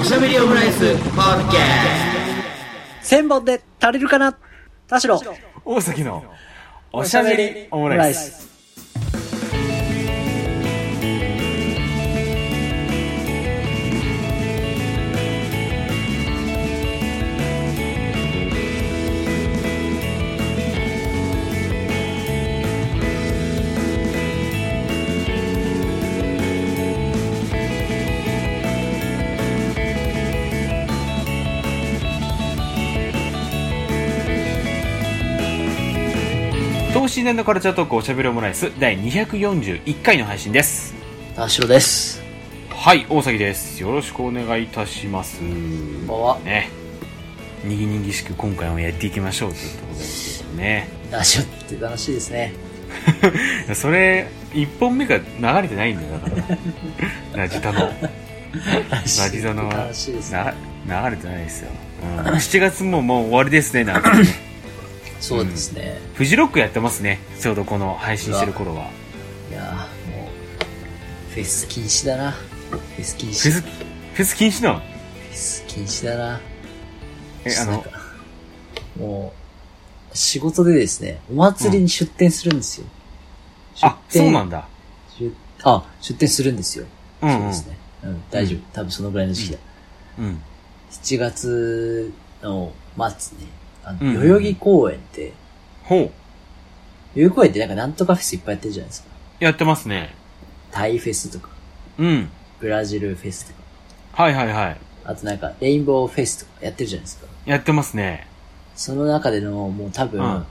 おしゃべりオムライスポッケ千本で足りるかな田代大崎のおしゃべりオムライス。等身大のカルチャートークおしゃべりオムライス第241回の配信です。田代ですはい、大崎です。よろしくお願いいたします。こんばんはね。にぎにぎしく今回もやっていきましょうということですけどね。田代っていう話ですねそれ、一本目が流れてないんだよ、だから。 ラジタの。ララジタの は話ですねな流れてないですよ。うん、7月ももう終わりですね、なんか。そうですね、フジロックやってますね。ちょうどこの配信してる頃は。いやーもうフェス禁止だなフェス禁フ止ェフス、フェス禁止なェのス禁止だなえ、なあんのか、もう仕事でですねお祭りに出店するんですよ、あ、そうなんだだ。あ出店するんですよ、うんうんそうですねうん大丈夫多分そのぐらいの時期だ、うん。 7月の末ね、あの、うん代々木公園って、ほう。代々木公園ってなんかなんとかフェスいっぱいやってるじゃないですか。やってますね。タイフェスとか、うん。ブラジルフェスとか、はいはいはい。あとなんかレインボーフェスとかやってるじゃないですか。やってますね。その中でのもう多分、うん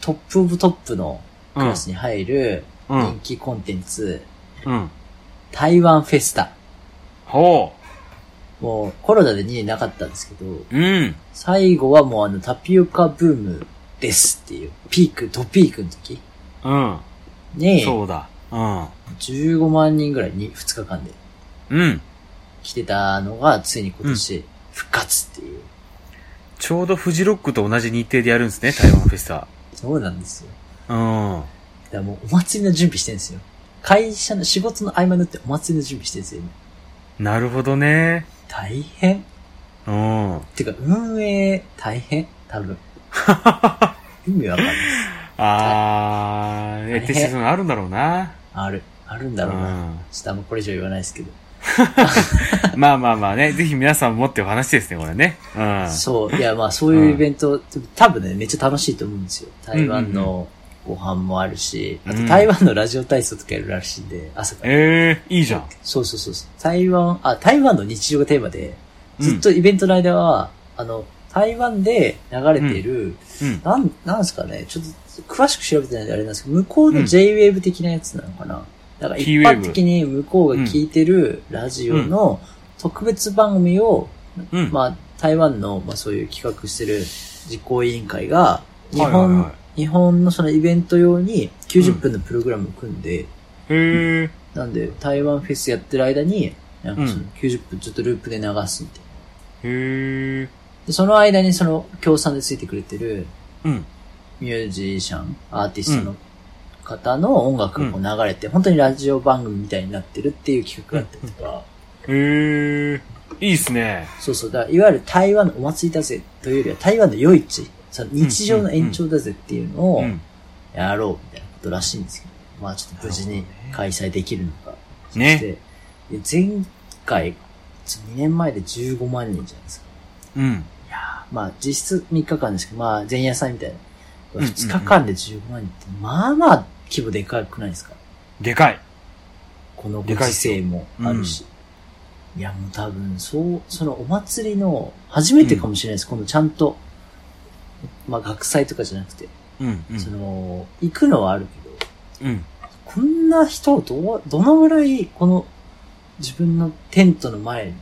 トップオブトップのうクんラス。に入るう人ん。気コンテンツ、うん。台湾フェスタ。ほもうコロナで2年なかったんですけど、う。うん。最後はもうあのタピオカブームですっていう、ピーク、ドピークの時うん。に、そうだ。うん。 15万人ぐらいに2日間でうん。来てたのが、ついに今年復活っていう。ちょうどフジロックと同じ日程でやるんですね、台湾フェスタ。そうなんですよ。うん。だからもうお祭りの準備してるんですよ。会社の仕事の合間縫ってお祭りの準備してるんですよ、今。なるほどね。大変うん。あてか、運営大変多 分。意味わかんないです。ー、え、ってそういうのあるんだろうな。ある。あるんだうろうな。ん。ちょっとあんまこれ以上言わないですけど。まあまあまあね、ぜひ皆さん持ってお話ですね、これね。うん。そう。いや、まあそういうイベント、多分ね、めっちゃ楽しいと思うんですよ。台湾のご飯もあるし、うんあと台湾のラジオ体操とかやるらしいんで、朝から。ええいいじゃん。そうそうそうそう。台湾、あ、台湾の日常がテーマで、うんずっとイベントの間は、あの、台湾で流れている、うん。なん、なんですかね、ちょっと詳しく調べてないんであれなんですけど、向こうの JWAVE 的なやつなのかな。だから一 T-Wave 般的に向こうが聞いてるラジオの特別番組を、うん。まあ、台湾の、まあそういう企画してる実行委員会が、日本、はいはいはい日本のそのイベント用に90分のプログラムを組んで、へえ。なんで、台湾フェスやってる間に、なんかそうのん90分ずっとループで流すみたいな。へえ。で、その間にその協賛でついてくれてるうん。ミュージシャン、アーティストの方の音楽がこう流れて、本当にラジオ番組みたいになってるっていう企画があったりとか、へえ。いいっすね。そうそう、だからいわゆる台湾のお祭りだぜというよりは台湾の夜市、その日常の延長だぜっていうのうをん。やろうみたいなことらしいんですけど、まあちょっと無事に開催できるのか。ねそして、で前回、2年前で15万人じゃないですか。うん。まあ実質3日間ですけど、まあ前夜祭みたいな。んうんうん2日間で15万人って、まあまあ規模でかくないですかでかい。このごでかい時っすよ世もあるし。いやもう多分、そう、そのお祭りの、初めてかもしれないです。このちゃんと、まあ学祭とかじゃなくて、うん。うそん。の、行くのはあるけど、うん。こんな人をどう、どのぐらい、この、自分のテントの前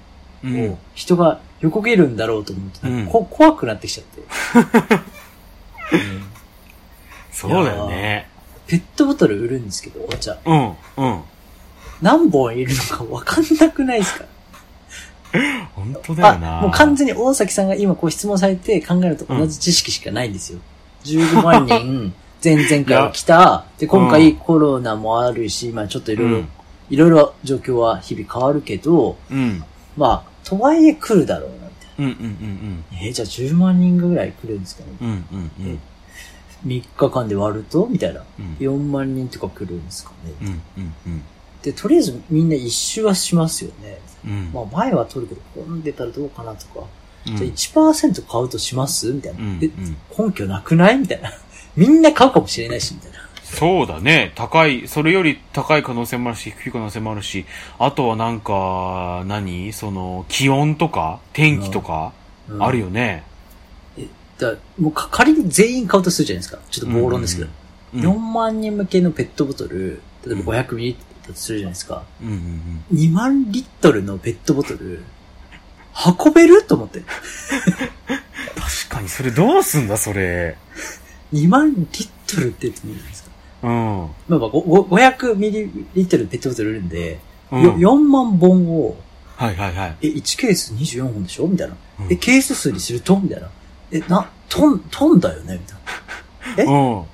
うんを。人が横切るんだろうと思って、うんこ怖くなってきちゃ って。うんそうだよね。ペットボトル売るんですけど、お茶。うん。うん。何本いるのかわかんなくないですか本当だよな。あ、もう完全に大崎さんが今こう質問されて考えると同じ知識しかないんですよ。15万人、前々回は来た。で、今う回んコロナもあるし、まあちょっといろいうろん、いろいろ状況は日々変わるけど、うん。まあ、とはいえ来るだろうな、みたいうんうんうんな。えーじゃあ10万人ぐらい来るんですかね。うん。うんうんうん。 3日間で割るとみたいな。うん4万人とか来るんですかね。うんうんうん。で、とりあえずみんな一周はしますよね。うん。まあ前は取るけど、混んでたらどうかなとか。うじんゃあ1%買うとしますみたいな。うんでうん根拠なくないみたいな。 みんな買うかもしれないし、みたいな。そうだね。高い、それより高い可能性もあるし、低い可能性もあるし、あとはなんか、何その、気温とか、天気とか、うんあるよね。だからもうか仮に全員買うとするじゃないですか。ちょっと暴論ですけど。うん。 4万人向けのペットボトル、例えば500ミリだとするじゃないですか。うんうん2万リットルのペットボトル、運べると思って。うん。確かに、それどうすんだ、それ。 2万リットルって言ってもいいじゃないですか。うん。うん。まあまあ、ごご500ミリリットルのペットボトル売るんで、よ4万本を、はいはいはい。え、1ケース24本でしょみたいな。うんえ、ケース数にするとみたいな。え、な、トン、トンだよねみたいな。えうん。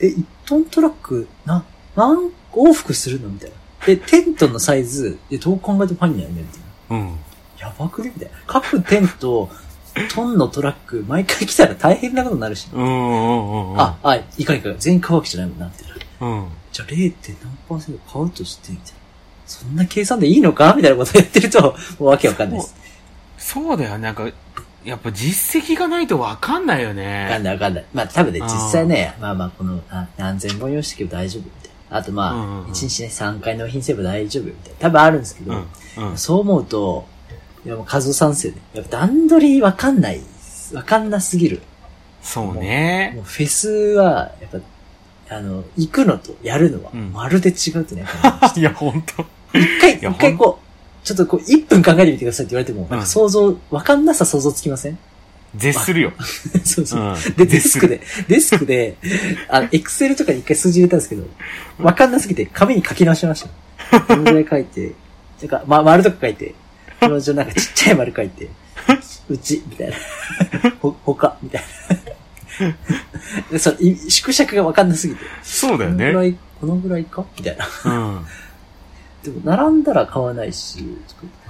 え、1トントラック、な、何往復するのみたいな。え、テントのサイズ、え、どう考えてもパンになるねみたいな。うん。やばくねみたいな。各テント、トンのトラック、毎回来たら大変なことになるし。うんうんうんうん。あ、あ、いかんいかん。全員買うわけじゃないもんな、みたいな。うん。じゃあ 0. 何パーセント買うとして、みたいな。そんな計算でいいのかみたいなことやってると、もうわけわかんないです。そうだよ、なんか、やっぱ実績がないとわかんないよわかんね。ないわかんない。まあ多分ね、あ実ー際ね、まあまあこの、あ何千本用意してけば大丈夫みたいな。あとうんうんまうあ、ん一日ね、3回納品すれば大丈夫みたいな。多分あるんですけうん。ど、うん。そう思うと、いやもう数ズさんっすよね。やっぱ段取りわかんない。わかんなすぎる。そうね。もうフェスは、やっぱ、あの、行くのとやるのは、うんまるで違うってね、や っぱ思いましたいや、ほんと。一回、いや一回こう、ちょっとこう、一分考えてみてくださいって言われても、なんか想像、わかんなさ想像つきません 絶するよ。そううそう。ん。 で、デスクで、デスクで、あの、エクセルとかに一回数字入れたんですけど、わかんなすぎて、紙に書き直しました。このぐらい書いて、なんか、ま、丸とか書いて、この上なんかちっちゃい丸書いて、うち、みたいな。ほ、ほか、みたいな。で、その、い縮尺がわかんなすぎて。そうこだよのぐらね。い、このぐらいかみたいな。うん。でも、並んだら買わないし、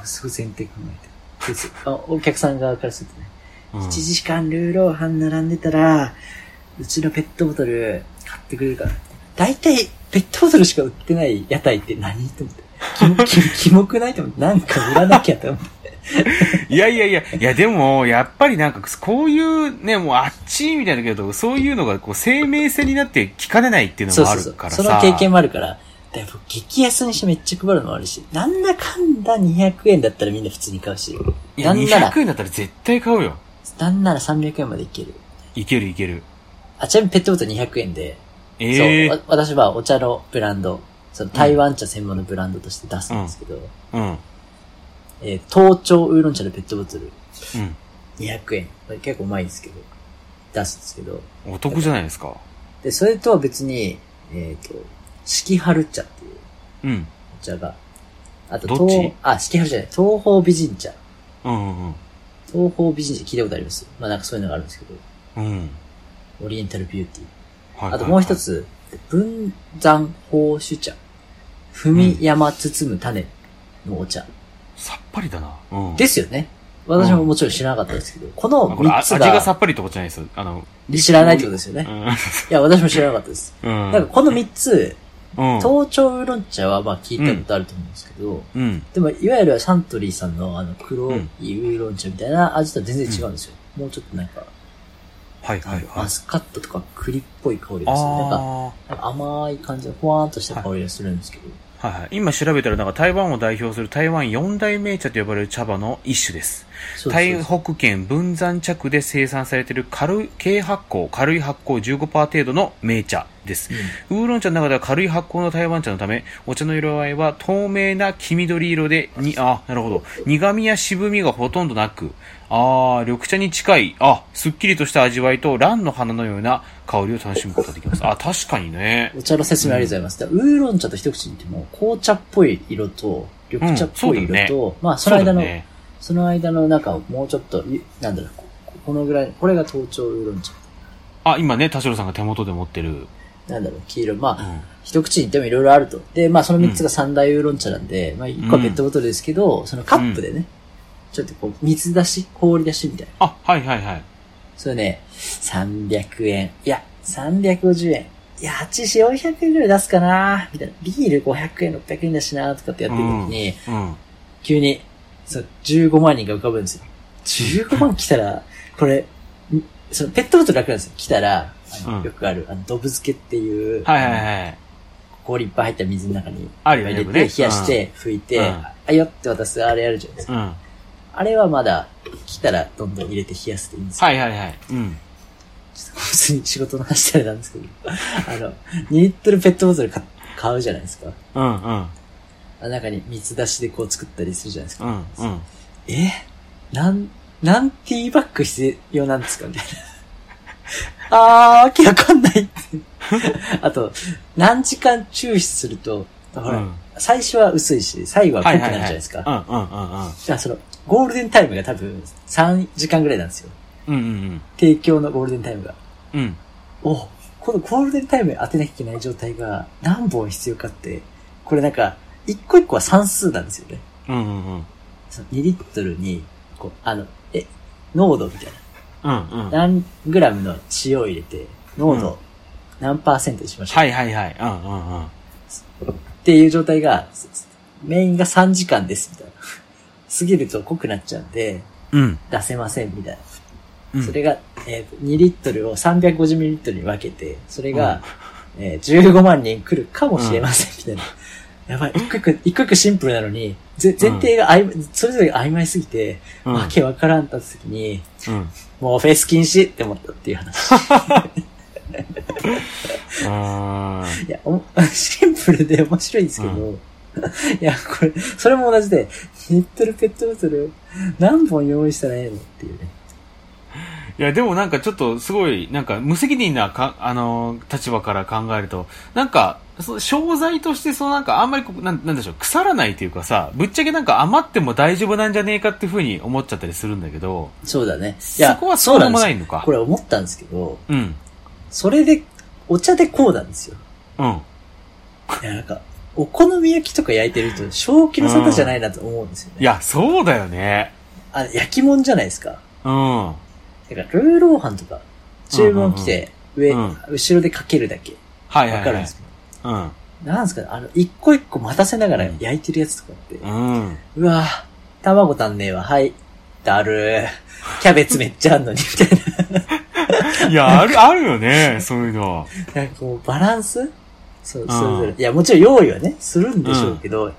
すぐ前提考えて。ですあお客さん側からするとね、うん1時間ルーローハン並んでたら、うちのペットボトル買ってくれるから。大体、ペットボトルしか売ってない屋台って何と思って。キ モ、キモキモくないと思って。なんか売らなきゃと思って。いやいやいや、いやでも、やっぱりなんか、こういうね、もうあっちみたいだけど、そういうのがこう生命線になって聞かれないっていうのそうもあそうるそうか。らそさ。の経験もあるから。だから激安にしてめっちゃ配るのもあるし、なんだかんだ200円だったらみんな普通に買うし、いや、なんなら200円だったら絶対買うよ。なんなら300円までいける。いけるいける。あ、ちなみにペットボトル200円で、ええそうわ、私はお茶のブランド、その台湾茶専門のブランドとして出すんですけど、うん。えー東京ウーロン茶のペットボトルう200円。これ結構うまいんですけど、出すんですけど、ん。お得じゃないですか。で、それとは別に、えっ、と、四季春茶っていううん。お茶が、あと、どっち東あ、四季春じゃない、東方美人茶。うんうん東方美人茶聞いたことありますまあなんかそういうのがあるんですけど、うん。うん。オリエンタルビューティー。はいはいはいあともう一。つ、文山宝酒茶。踏み山包む種のお茶。さっぱりだな。うん。ですよね。私ももちろん知らなかったですけど、こまのあこれあ3味つがさがっぱりってことじゃないです。あの、知らないってことですよね。いや、私も知らなかったです。うん。うん。なんかこの3つ、うん。東京ウーロン茶はまあ聞いたことあると思うんですけど、うん。でもいわゆるサントリーさんのあの黒いうんウーロン茶みたいな味とは全然違うんですよ。もうちょっとなんか、はいはいはマい。スカットとか栗っぽい香りがする。なんかあなんか甘い感じのふわーっとした香りがするんですけど。あ。はいはい。今調べたら、なんか台湾を代表する台湾四大名茶と呼ばれる茶葉の一種です。そうそう台北県文山茶区で生産されている軽い軽発酵、軽い発酵15%程度の名茶です。ウーロン茶の中では軽い発酵の台湾茶のため、お茶の色合いは透明な黄緑色で、に、あ、なるほど。苦味や渋みがほとんどなく、あー、緑茶に近い、あ、すっきりとした味わいと、蘭の花のような香りを楽しむことができます。あ、確かにね。お茶の説明ありがとうございます。だからウーロン茶と一口に言っても、紅茶っぽい色と、緑茶っぽいうんそうだ色よと、まあその間の、そうだねその間の中をもうちょっと、いなんだろう、ここのぐらい、これが頭頂ウーロン茶。あ、今ね、田代さんが手元で持ってる。なんだろう、黄色。まあ、うん一口に言ってもいろいろあると。で、まあその3つが三大ウーロン茶なんで、まあ1個はペットボトルですけど、そのカップでね、ちょっとこう、水出し氷出しみたいな。あ、はいはいはい。それね、300円。いや、350円。いや、8し400円ぐらい出すかなみたいな。ビール500円、600円だしなとかってやってる時に、うん。急に、そう、15万人が浮かぶんですよ。15万来たら、これ、んそのペットボトル楽なんですよ。来たら、あのうんよくある、あの、ドブ漬けっていう、はいはいはい。氷いっぱい入った水の中にあるよ入ね、れよて、く冷やね。して、拭いて、うんあよって渡す、あれあるじゃないですか。うん。うん。あれはまだ、来たらどんどん入れて冷やすでいいんですよ。はいはいはい。うん。ちょっと普通に仕事の話したらなんですけど、 あの、2リットルペットボトル買買うじゃないですか。うんうん。あの中に水出しでこう作ったりするじゃないですか。うんうん。えなん、なんティーバッグ必要なん ですかみたいな。あー、わけわかんないって。あと、何時間抽出すると、ほら、うん最初は薄いし、最後は濃くなるじゃないですか。うんうんうんうん。じゃあその、ゴールデンタイムが多分3時間ぐらいなんですよ。うんうん提供のゴールデンタイムが。うん。うん。おこのゴールデンタイム当てなきゃいけない状態が何本必要かって、これなんか、一個一個は算数なんですよね。うんうんうん。その2リットルに、こう、あの、え、濃度みたいな。うんうん。は何グラムの塩を入れて、濃度何パーセントにしましょう、いはいはい。うんうんうん。っていう状態が、すすメインが3時間ですみたいな。過ぎると濃くなっちゃうんで、うん。出せませんみたいうんな。それが、えーと2リットルを 350ml に分けて、それが、えー15万人来るかもしれませんみたいな。 やばい、一個一個、一個一個シンプルなのに、ぜ前提が曖昧、それぞれが曖昧すぎて、うんわけわからんたった時に、うん。もうフェス禁止って思ったっていう話。あーいや、おも シンプルで面白いんですけど、う いや、これ、それも同じで、2リットルペットボトル何本用意したらええのっていうね。いや、でもなんかちょっとすごい、なんか無責任なか、あのー立場から考えると、なんか、その商材として、そのなんかあんまりこう、なん、なんでしょう、腐らないというかさ、ぶっちゃけなんか余っても大丈夫なんじゃねえかっていうふうに思っちゃったりするんだけど、そうだね。いそや、こはそうでもないんでのすよか。これ思ったんですけど、うん。それで、お茶でこうなんですよ。うん。いや、なんか、お好み焼きとか焼いてると、正気の沙汰じゃないなと思うんですよいね。や、そうだよね。あ焼き物じゃないですか。うん。うんだから、ルーローハンとか、注文来て、上、うん後ろでかけるだけ。はいはい、はい。わかるんですけど。うん。なんですかね、あの、一個一個待たせながら焼いてるやつとかって、うん。うわぁ、卵足んねえわ、はい、だるー、キャベツめっちゃあんのに、みたいいや、ある、あるよね、そういうの。な。なんかこう、バランスそう、それんぞれ。いや、もちろん用意はね、するんでしょうけど、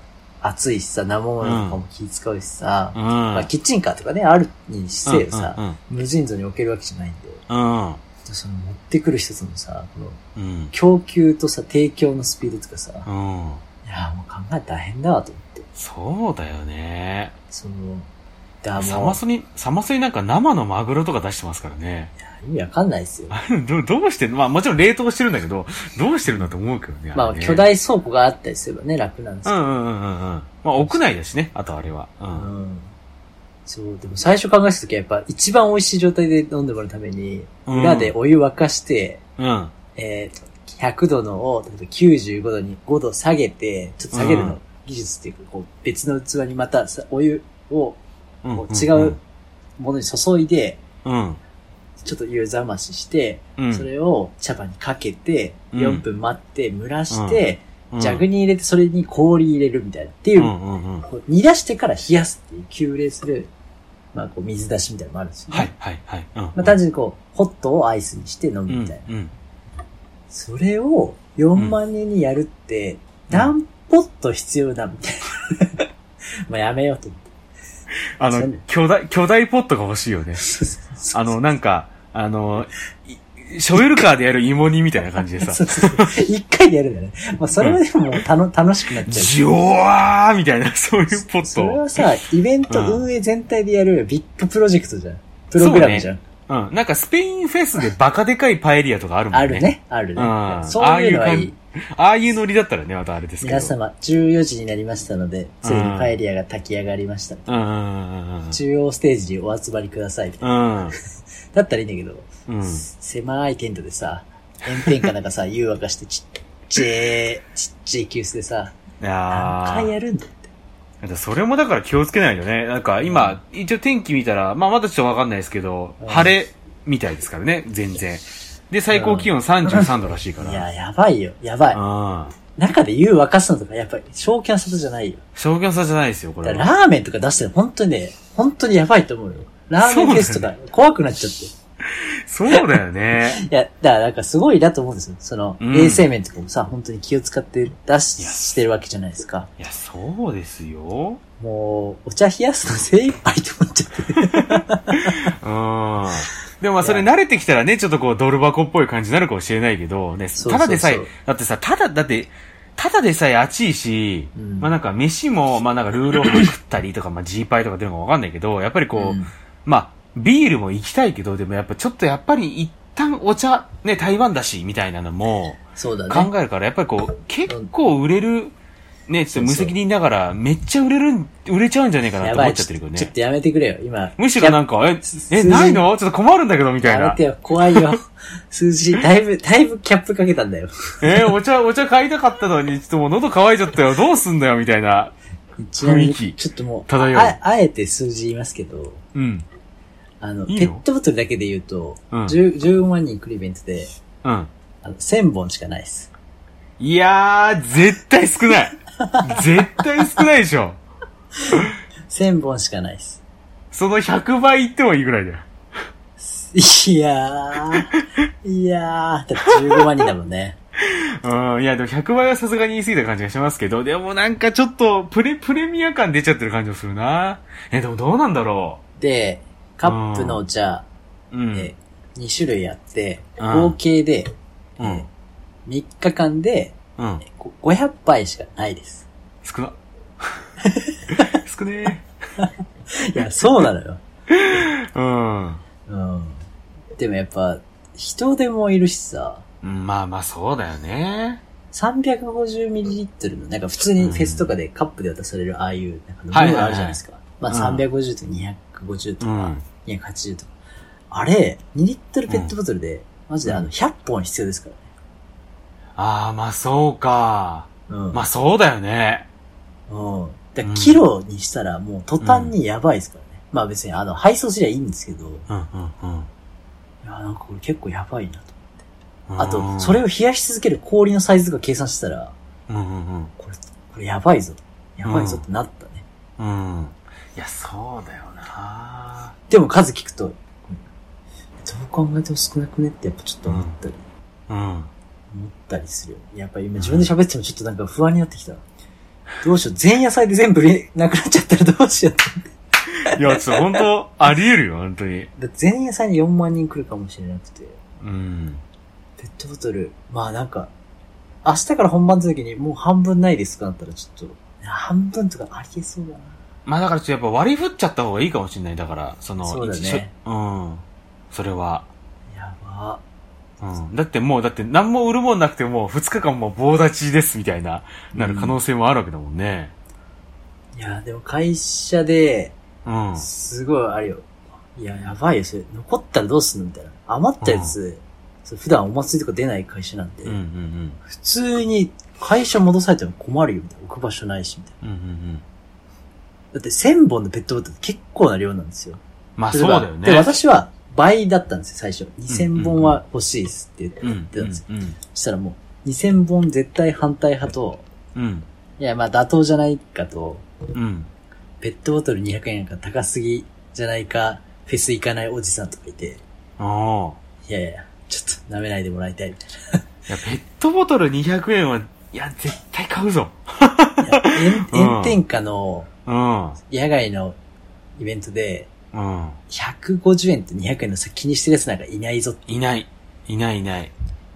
暑いしさ、生ものとかも気使うしさ、うん。まあ、キッチンカーとかね、あるにせよさ、うん。無尽蔵に置けるわけじゃないんで、うん。その持ってくる一つのさ、このうん。供給とさ、提供のスピードとかさ、いうん。うんやーもう考え大変だわと思って、そうだよね。その、だサからもうマ、ソに、サマソになんか生のマグロとか出してますからね。 意味わかんないですよ。どどうしてまあもちろん冷凍してるんだけど、どうしてるんだと思うけどね。まあ、れね巨。大倉庫があったりすればね、楽なんですうけど。んうんうんうんうん。まあ屋内だしね、あとあれは。う。うんんそう、でも最初考えた時はやっぱ一番美味しい状態で飲んでもらうために、うん裏でお湯沸かして、うん。えっと、100度のを、例えば95度に5度下げて、ちょっと下げるうんの技術っていうか、こう別の器にまたさお湯をうんこう違う。ものに注いで、うん。ちょっと湯冷ましして、うん。それを茶葉にかけて、うん4分待って蒸らして、うん、ジャグに入れてそれに氷入れるみたいなっていううんうんうん。はこう煮出してから冷やすっていう、急冷する、まあ、こう、水出しみたいなのもあるんですよ、ね。い。はいはい。うん。まあ、単純にこう、ホットをアイスにして飲むみたいな。うん。うん。それを4万人にやるって、何ポット必要だみたいな。まあ、やめようと思って。あそうのね、巨大、巨大ポットが欲しいよね。 あの、なんか、あの、いショベルカーでやる芋煮みたいな感じで そさう、そうそう一回でやるんだね。まあ、それはでももうたの楽しくなっちゃう。ジョワーみたいな、そういうポッそトれをは。さ、イベント運営全体でやるビッグプロジェクトじゃん。プログラムじゃん。うん。なんかスペインフェスでバカでかいパエリアとかあるもんね。あるね、あるね。うんそういうのはいああいう感いじ。ああいうノリだったらね、またあれですけど。皆様、14時になりましたので、ついにうんパエリアが炊き上がりました。うんうん中央ステージにお集まりください。うんだったらいいんだけど、うん。うん。狭いテントでさ、炎天下なんか さ、誘惑してちっちゃい、ちっちゃい急須でさ、何あ回やーるんだって。だからそれもだから気をつけないよね。なんか今、一応天気見たら、まあまだちょっとわかんないですけど、うん晴れみたいですからね、全然。で、最高気温33度らしいから。いや、やばいよ。やばい。ああ。中で湯沸かすのとか、やっぱり、正気なことじゃないよ。商業差じゃないですよ、こだかれらは。ラーメンとか出してる本当にね、本当にやばいと思うよ。ラーメンフェスとか、怖くなっちゃって。そうだよね。いや、だからなんかすごいなと思うんですよ。その、うん衛生面とかもさ、本当に気を使って出ししてるわけじゃないですか。いや、そうですよ。もう、お茶冷やすの精一杯と思っちゃって。うん。でもまあそれ慣れてきたらね、ちょっとこうドル箱っぽい感じになるかもしれないけど、ね、そうそうそうただでさえ、だってさ、ただ、だって、ただでさえ暑いし、うんまあなんか飯も、まあなんかルーロー飯食ったりとか、まあジーパイとか出るのかわかんないけど、やっぱりこうう、んまあ、ビールも行きたいけど、でもやっぱちょっとやっぱり一旦お茶、ね、台湾だし、みたいなのもそうだ考ね。えるから、やっぱりこう、結構売れる、ね、ちょっと無責任ながら、めっちゃ売れるん、売れちゃうんじゃねえかなやと思ばっいちゃってるけどね。ちょっとやめてくれよ、今。むしろなんか、え、え、数字ないのちょっと困るんだけど、みたいやめなて。よ、怖い よ。数字、だいぶ、だいぶキャップかけたんだよ。えお茶、お茶買いたかったのに、ちょっともう喉乾いちゃったよ。どうすんだよ、みたいな。ちなみに雰囲気ちょっともう、漂うああえて数字言いますけど、うん。あの、いいのペットボトルだけで言うと、うん10 15万人来るイベントで、うん。あの1000本しかないです。いやー、絶対少 ない。絶対少ないでしょ。 1000本しかないです。その100倍いってもいいぐらいだよ。いやー、いやー、だって15万人だもんね。うん。いや、でも100倍はさすがに言い過ぎた感じがしますけど、でもなんかちょっと、プレ、プレミア感出ちゃってる感じもするな。え、でもどうなんだろで、カップのお茶、う。うん。え2種類あって、うん合計でうん。 3日間でうん。こ500杯しかないです。少 な。少ねいや、そうなのよ。ー。うん。うん。でもやっぱ、人でもいるしさ、うんまあまあそうだよね。 350ml の、なんか普通にフェスとかでカップで渡されるああいう、なんはか飲いみ物はいはいあるじゃないですか。うんまあ350とか250とうか、ん。 280とか。あれ、2リットルペットボトルで、マジであの、100本必要ですからね。ああ、まあそうか。うん。まあそうだよね。うん。だかうんらキロにしたらもう途端にやばいですからね。まあ別にあの、配送すりゃいいんですけど、いうんうんうん。や、なんかこれ結構やばいなと。うんあと、それを冷やし続ける氷のサイズとか計算したら、うんうんこれ、これやばいぞ。やばいぞってなったね。うん。うん。いや、そうだよな。でも数聞くと、うんどう考えても少なくねってやっぱちょっと思ったり、うん。思ったりするよ。やっぱ今自分で喋ってもちょっとなんか不安になってきた。どうしよう。全野菜で全部売れなくなっちゃったらどうしよう。いや、ちょっと本当あり得るよ、本当に。だって全野菜に4万人来るかもしれなくて。うん。ペットボトル、まあなんか、明日から本番の時にもう半分ないですかなったらちょっと、半分とかありえそうだな。まあだからちょっとやっぱ割り振っちゃった方がいいかもしれない。だから、その、そうだね一緒うん。それは。やば。うん。だってもう、だって何も売るもんなくても、二日間もう棒立ちですみたいな、なる可能性もあるわけだもんね。いや、でも会社で、うん。すごいあれよ。いや、やばいよ、それ。残ったらどうすんのみたいな。余ったやつ、それ普段お祭りとか出ない会社なんで、うんうんうん。普通に会社戻されても困るよ、みたいな。置く場所ないし、みたいな。うんうんうん。だって1000本のペットボトルって結構な量なんですよ。まあそうだよね。で、私は倍だったんですよ、最初。2000本は欲しいですって言ってうんうんたんですようんしたらもう、2000本絶対反対派と、うん。いや、まあ妥当じゃないかと、うん。ペットボトル200円なんか高すぎじゃないか、フェス行かないおじさんとかいて、ああ。いやいや、ちょっと舐めないでもらいたいみたいいや、ペットボトル200円は、いや、絶対買うぞ。な。 いやうん炎炎天下のうん。うん。野外のイベントで、うん。 150円と200円の差気にしてる奴なんかいないぞ。いない。いないいない。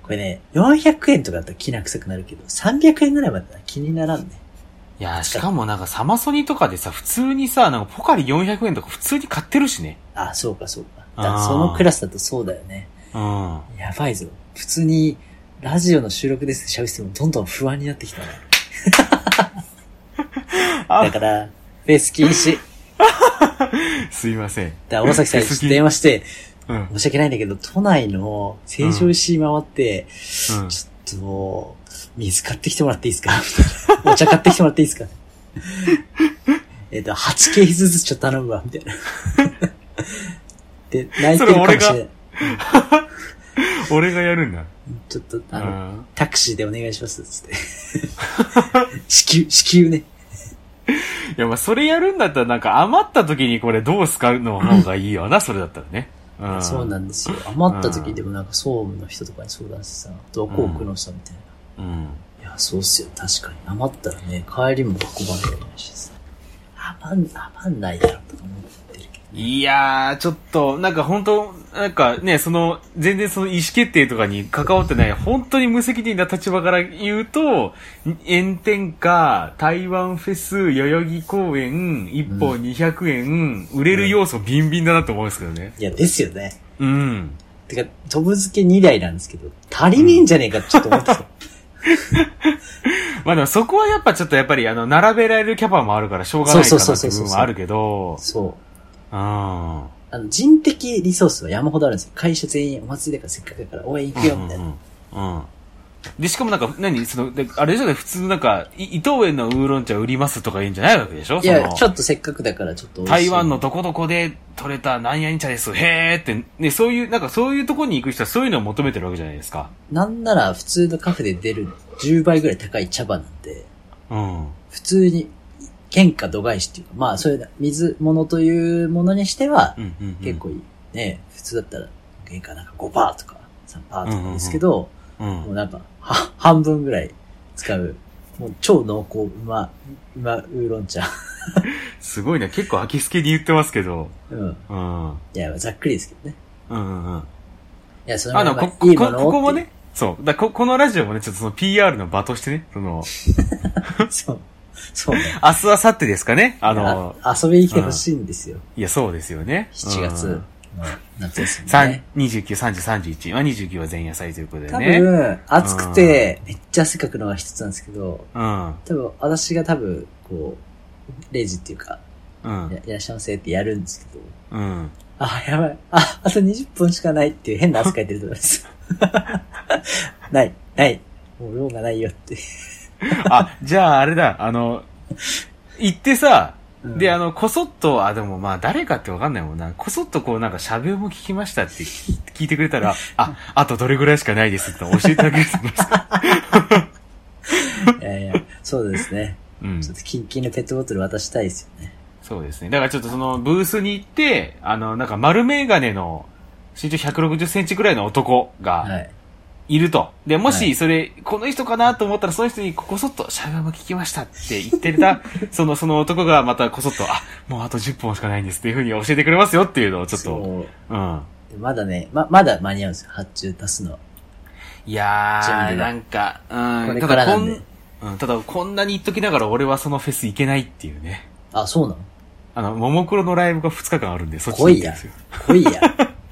これね、400円とかだったら気な臭くなるけど、300円ぐらいまでなら気にならんね。いや、しかもなんかサマソニとかでさ、普通にさ、なんかポカリ400円とか普通に買ってるしね。あ、そうかそうか。だあーそのクラスだとそうだよね。うん。やばいぞ。普通に、ラジオの収録ですって喋っててもどんどん不安になってきたな。だから、フェス禁止。すいません。だから大崎さんにちょっと電話して、うん。申し訳ないんだけど、都内の成城石井回って、うん。ちょっ と、水買ってきてもらっていいですかみたいなお茶買ってきてもらっていいですか えっ、と、8ケースずつちょっと頼むわ、みたいな。で、泣いてそるかもしれれ俺がない。俺がやるんだ。ちょっと、あの、あタクシーでお願いします、つって。 支給、支給ね。ーいや、まあ、それやるんだったら、なんか余った時にこれどう使うの方がいいよな、それだったらね。うん。そうなんですよ。余った時でもなんか総務の人とかに相談してさ、どこ置くのさ、みたいな。うん。いや、そうっすよ。確かに。余ったらね、帰りも運ばなきゃいけないしさ。余ん、余んないだろ、とか思ってるけど。いやー、ちょっと、なんか本当なんかね、その、全然その意思決定とかに関わってない、本当に無責任な立場から言うと、炎天下、台湾フェス、代々木公園、1本200円、売れる要素ビンビンだなと思うんですけどね。いや、ですよね。うん。てか、飛ぶ漬け2台なんですけど、足りねえんじゃねえか、ちょっと思ってた。まあでもそこはやっぱちょっとやっぱり、あの、並べられるキャパもあるから、しょうがないかなっていう部分はあるけど、そう。うん。あの、人的リソースは山ほどあるんですよ。会社全員お祭りだからせっかくだから応援行くよ、みたいな。うんうんうんうんで、しかもなんか、何その、であれじゃない普通なんか、い伊藤園のウーロン茶売りますとか言うんじゃないわけでしょいや、そのちょっとせっかくだからちょっと美味しい台湾の。どこどこで取れたなんやに茶です。へーって、ね、そういう、なんかそういうとこに行く人はそういうのを求めてるわけじゃないですか。なんなら普通のカフェで出る10倍ぐらい高い茶葉なんで、うん。普通に原価度外視っていうか、まあそういう水物というものにしてはう、んうん、うん。結構いい。ね普通だったら原価なんか5%とか3%とかですけど、う。もうんなんか、は、半分ぐらい使う。もう超濃厚、うま、うま、ウーロン茶。すごいね。結構秋きけに言ってますけど。うん。うん。うんいや、ざっくりですけどね。うんうん。いや、それあの、まあこ、こ、いいもこのをここもっていうね、そう。だこ、このラジオもね、ちょっとその PR の場としてね、その、 そう。そうね。明日、明後日ですかね。あの、あ遊びに来てほしいんですよ。いや、そうですよね。 7月の夏休み三ね。 29、30、31。まあ、29は前夜祭ということで多ね。うん。分、暑くて、めっちゃ汗かくのが一つなんですけど、多分、私が多分、こう、レジっていうか、うん。やいらっしゃいませってやるんですけど、うん。あ、やばい。あ、あと20分しかないっていう変な扱い出ると思います。 ない、ない。もう用がないよって。あ、じゃああれだ、あの、行ってさ、うんで、あの、こそっと、あ、でもまあ、誰かってわかんないもんな。こそっとこう、なんか、喋りも聞きましたって聞聞いてくれたら、あ、あとどれぐらいしかないですって教えてあげると思い ます。いやいや、そうですね。うんちょ。っとキンキンのペットボトル渡したいですよね。そうですね。だからちょっとその、ブースに行って、あの、なんか、丸メガネの、身長160センチぐらいの男が、はい。いると。で、はもいし、それ、この人かなと思ったら、その人に、こそっと、シャガも聞きましたって言って た、その、その男がまたこそっと、あ、もうあと10本しかないんですっていうふうに教えてくれますよっていうのを、ちょっと、そううん。でまだね、ま、まだ間に合うんですよ。発注出すのは。いや準備ー、がなんか、こうん、れたからだなこんん、でうん、ただこんなに言っときながら、俺はそのフェス行けないっていうね。あ、そうなのあの、ももクロのライブが2日間あるんで、そっち来に行っいてるんやですよ。。来いや。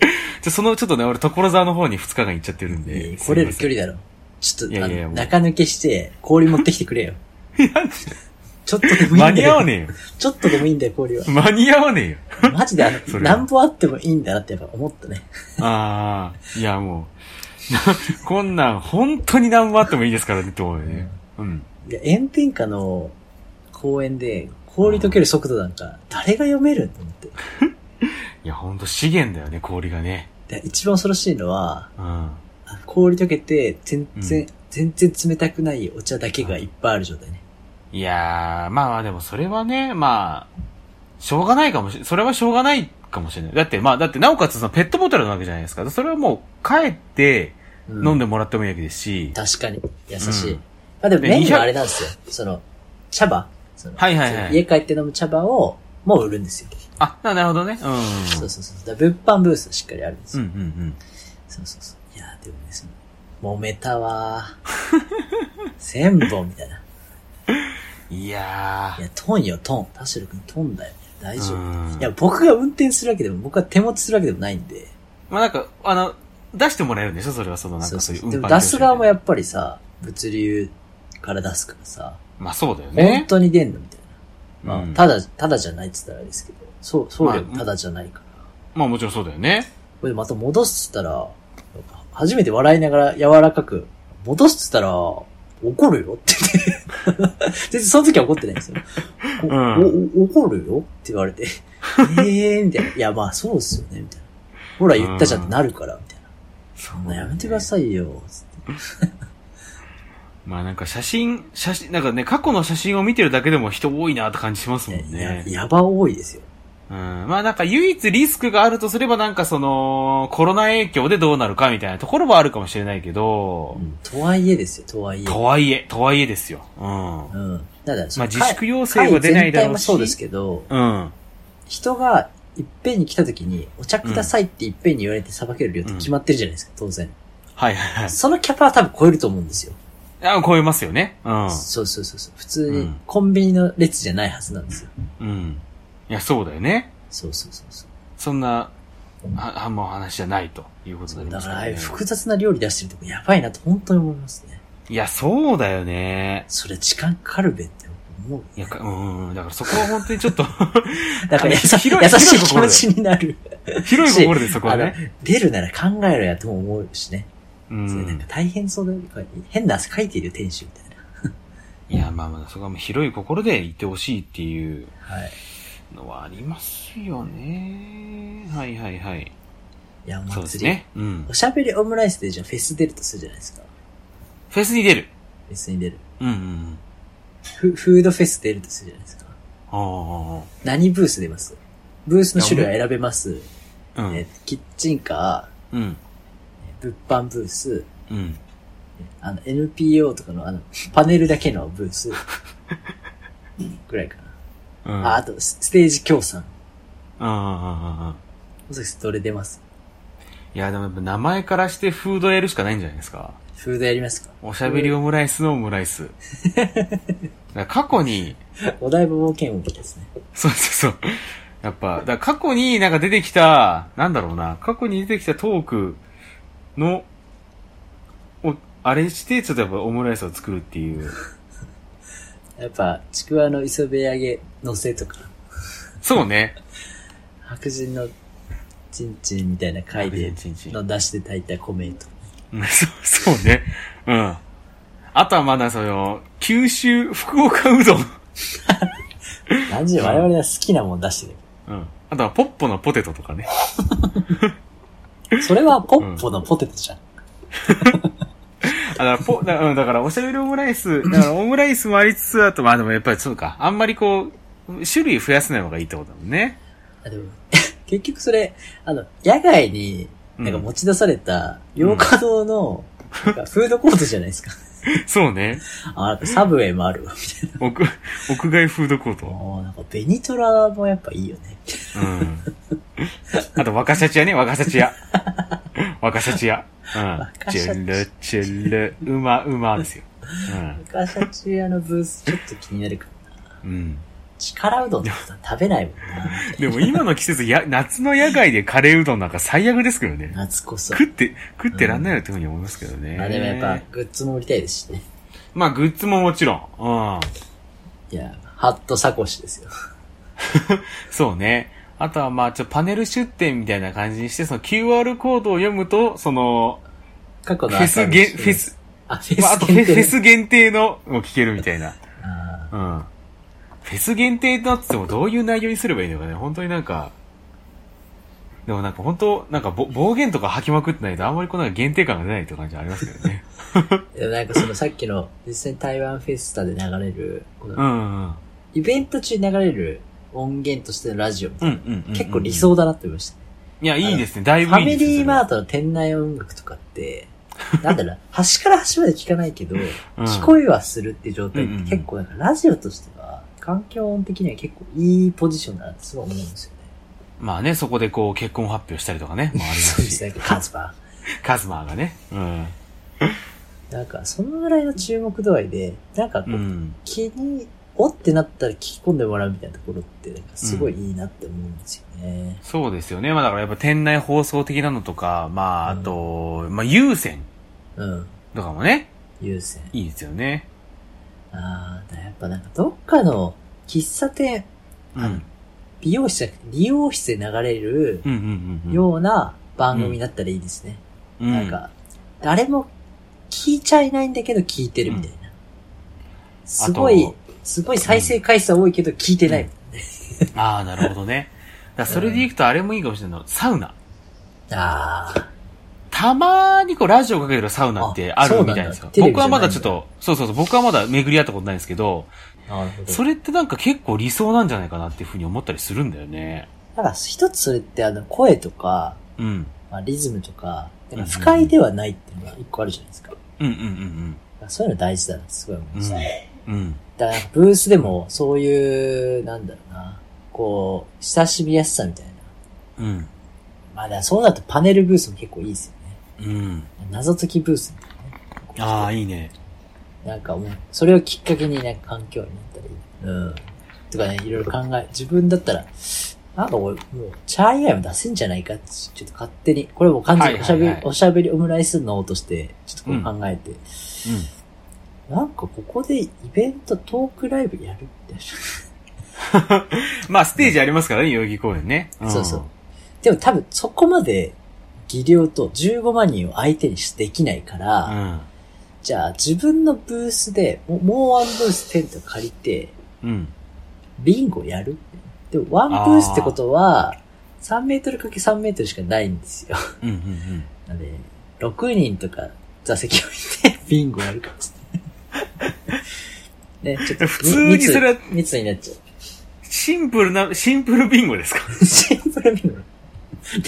じゃ、その、ちょっとね、俺、所沢の方に2日間行っちゃってるんいで。や来れるすい距ま離だろ。ちょっいと、やあいやいやの、もう中抜けして、氷持ってきてくれよ。 ちょっとでせもんいい間んだに合よ。わねちょっとでもいいんだよ、氷 はえ。よ。間に合わねえよ。マジであの、それはなんぼあってもいいんだなってやっぱ思ったね。ああ、いやもう、 なこんなん本当に何もあってもいいですからね、と思うよね。うん。いや、炎天下の公園で氷溶ける速度なんか、誰が読めると思って。いや、ほんと資源だよね、氷がね。で一番恐ろしいのは、うん。あの氷溶けて、全然、うん全然冷たくないお茶だけがいっぱいある状態ね。いやー、まあまあでもそれはね、まあ、しょうがないかもしれ、それはしょうがないかもしれない。だってまあ、だってなおかつそのペットボトルなわけじゃないですか。それはもう帰ってうん飲んでもらってもいいわけですし。確かに。優しい。うんまあでもでメイン200はあれなんですよ。その、茶葉。そのはいはいはいその家帰って飲む茶葉を、もう売るんですよ。あ、ななるほどね。うん。そうそうそう。だから物販ブースしっかりあるんですうんうよ。んうん。そうそうそう。いやーでもね、その、揉めたわ ー。千本みたいな。いやいや、トンよ、トン。田代くん、トンだよ。大ー。丈夫。うんいや、僕が運転するわけでも、僕が手持ちするわけでもないんで。まあなんか、あの、出してもらえるんでしょそれはそのなんそかうそ。そういううで運も搬出す側も業者みたいなやっぱりさ、物流から出すからさ、まあそうだよ本ね。当に出んのみたいな。まあ、うんただ、ただじゃないって言ったらあれですけど、そう、送料まあただじゃないから。まあもちろんそうだよね。これまた戻すって言ったら、初めて笑いながら柔らかく、戻すって言ったら、怒るよって 言って。全然その時は怒ってないんですよ。おうんおお怒るよって言われて。ええー、みたいな。いや、まあそうですよね、みたいな。ほら言ったじゃんってなるから、みたいな。そんなやめてくださいよ、つって。まあなんか写真、写真、なんかね、過去の写真を見てるだけでも人多いなって感じしますもんやね。やば多いですよ。うん。まあなんか唯一リスクがあるとすればなんかその、コロナ影響でどうなるかみたいなところはあるかもしれないけどう、ん、とはいえですよ、とはいえ。とはいえ、とはいえですよ。うん。うん。ただ、そまあの自粛要請は出ないだろうし会全体もそうですけど、うん。人がいっぺんに来た時に、お茶くださいっていっぺんに言われて裁ける量って決まってるじゃないですか、当然。はいはいはい。そのキャパは多分超えると思うんですよ。あ、超えますよね。うん。そうそうそうそう。普通うにんコンビニの列じゃないはずなんですよ。うん。いや、そうだよね。そうそうそうそう。そんな、あ、あもう話じゃないということになりだかますら、あらあいうね。複雑な料理出してるとこやばいなと本当に思いますね。いや、そうだよね。それ時間かかるべって思う。いや、かうん、うんだからそこは本当にちょっと、 だから優し優広いしい広い気心で持ちになる。広い心でそこはあのね。、出るなら考えろやとも思うしね。うそれなんかん。大変そうだよ。変な汗かいてるよ、店主みたいな。いや、まあまあ、そこはもう広い心でいてほしいっていうはい。のはありますよね。はいはいはい。いや、おそうです祭り。ね。うんお。しゃべりオムライスでじゃあフェス出るとするじゃないですか。フェスに出る。フェスに出る。うんうんうん。フフードフェス出るとするじゃないですか。あ何ブース出ますブースの種類は選べます。あ。うえん。キッチンカうん。ー、物販ブース、うん。あの NPO とかのあのパネルだけのブー スぐらいかうな。ん。ああとスステージ協賛。うんうんうんうん。尾崎さんどれ出ますいや、でもやっぱ名前からしてフードやるしかないんじゃないですか。フードやりますかおしゃべりオムライスのオムライス。だから過去に、 お台場冒険王ですね。そうそうそう。やっぱ、だから過去になんか出てきた、なんだろうな、過去に出てきたトークの、を、あれして、ちょっとやっぱオムライスを作るっていう。やっぱ、ちくわの磯辺揚げ乗せとか、そうね。白人のチンチンみたいな回で白人チンチンの出汁で炊いた米と。うんそう、そうね。うん。あとはまだその、九州、福岡うどん。何時我々は好きなもん出してうん。あとはポッポのポテトとかね。る。それはポッポのポテトじゃん。あだからポだうんだから、おしゃべりオムライス、だからオムライスもありつつ、あと、まあでもやっぱりそうか、あんまりこう、種類増やせない方がいいってことだもんね。あでも 結局それ、あの、野外に、なんか持ち出された、洋華堂の、なんかフードコートじゃないです か。そうね。あ、なんかサブウェイもあるわ、みたい屋、屋外フードコーな。ト。もうなんかベニトラもやっぱいいよね。うん。あと、若シャチ屋ね、若シャチ屋。若シャチ屋。うん。若チシャチェル、チェル、うま、うまですよ。昔は中屋のブースちょっと気になるかもな。うん。うん。力うどんって食べないもんな。でも今の季節、や、夏の野外でカレーうどんなんか最悪ですけど ね。夏こそ。食って、食ってらんないよっていうふうに思いますけどね。まあでもやっぱ、グッズも売りたいですしね。まあ、グッズももちろん。うん。いや、ハットサコシですよ。そうね。あとはまあ、ちょ、パネル出店みたいな感じにして、その QR コードを読むと、その、過去フのェス、アーカイブげでんすフェ。ス、あ、フェまあ、あスとフェ限定フェス限定のを聞けるみたいな。あうん。フェス限定だってってもどういう内容にすればいいのかね。本当になんか、でもなんか本当、なんかぼ暴言とか吐きまくってないと、あんまりこうなんか限定感が出ないって感じはありますけ どね。ーでもなんかそのさっきの、実際に台湾フェスタで流れる、このうんうん。イベント中に流れる音源としてのラジオみたういんうな、んうんうん。結構理想だなって思いました。いや、いいですね。だいフぶァいいでミすリーマーートの店内音楽とかって、なんだ ろうな、端から端まで聞かないけど、うん聞こえはするっていう状態っうんうんうてん結構なんかラジオとしては、環境音的には結構いいポジションだなってすごい思うんですよね。まあね、そこでこう結婚発表したりとかね。まあありまそすうですし。ね、カズバカズマーがね。うん。なんか、そのぐらいの注目度合いで、なんかこうう、ん。気に、おってなったら聞き込んでもらうみたいなところって、なんかすごいいいなって思うんですよね。そうですよね。まあだからやっぱ店内放送的なのとか、まああうんと、まあ優先うん。とかもね、優先。いいですよね。ああ、だからやっぱなんかどっかの喫茶店、うん。うん美容室じゃなくて理容室で流れるうんうんうん。ような番組だったらいいですね。うんなん、か、誰も聞いちゃいないんだけど聞いてるみたいな。すごい、すごい再生回数は多いけど聞いてない。ああ、なるほどね。だからそれでいくとあれもいいかもしれないの。サウナ。ああ。たまにこうラジオかけてるサウナってああそるうみなんだたいですよ。テレビ僕じゃなはんいまだだちょっと、そうそうそう、僕はまだ巡り合ったことないんですけど、なるほど。それってなんか結構理想なんじゃないかなっていうふうに思ったりするんだよね。なんか一つそれってあの声とか、うん。まあ、リズムとか、だから不快ではないっていうのが一個あるじゃないですか。だかうんうんらそういうの大事だなってすごい思いましたね。うんうん。うん。だからブースでもそういう、なんだろうな、こう、親しみやすさみたいな。うん。まあだからそうなるとパネルブースも結構いいですようん。ね。謎解きブースみたいなね。ああ、いいね。なんかもう、それをきっかけになんか環境になったり、うん。とかね、いろいろ考え、自分だったら、なんか俺、もう、チャー以外も出せんじゃないかって、ちょっと勝手に、これもう完全におしゃべり、はいはいはいおしゃべりオムライスのとして、ちょっとこう考えて、うん。なんかここでイベント、トークライブやるみたいまあ、ステージありますからね、代々木公園ね。な。そうそう。。でも多分そこまで、技量と15万人を相手にしできないから、うん。じゃあ自分のブースで、もうもうワンブーステント借りて、うん。ビンゴやるでも、ワンブースってことは、3メートルかけ3メートルしかないんですよ。 うん。うん。うん。なんで、6人とか座席を置いて、 ビンゴやるかもしれない。 ね、ちょっと、普通にそれは密密になっちゃシンプルな、シンプルビンゴですか う。 シンプルビンゴ。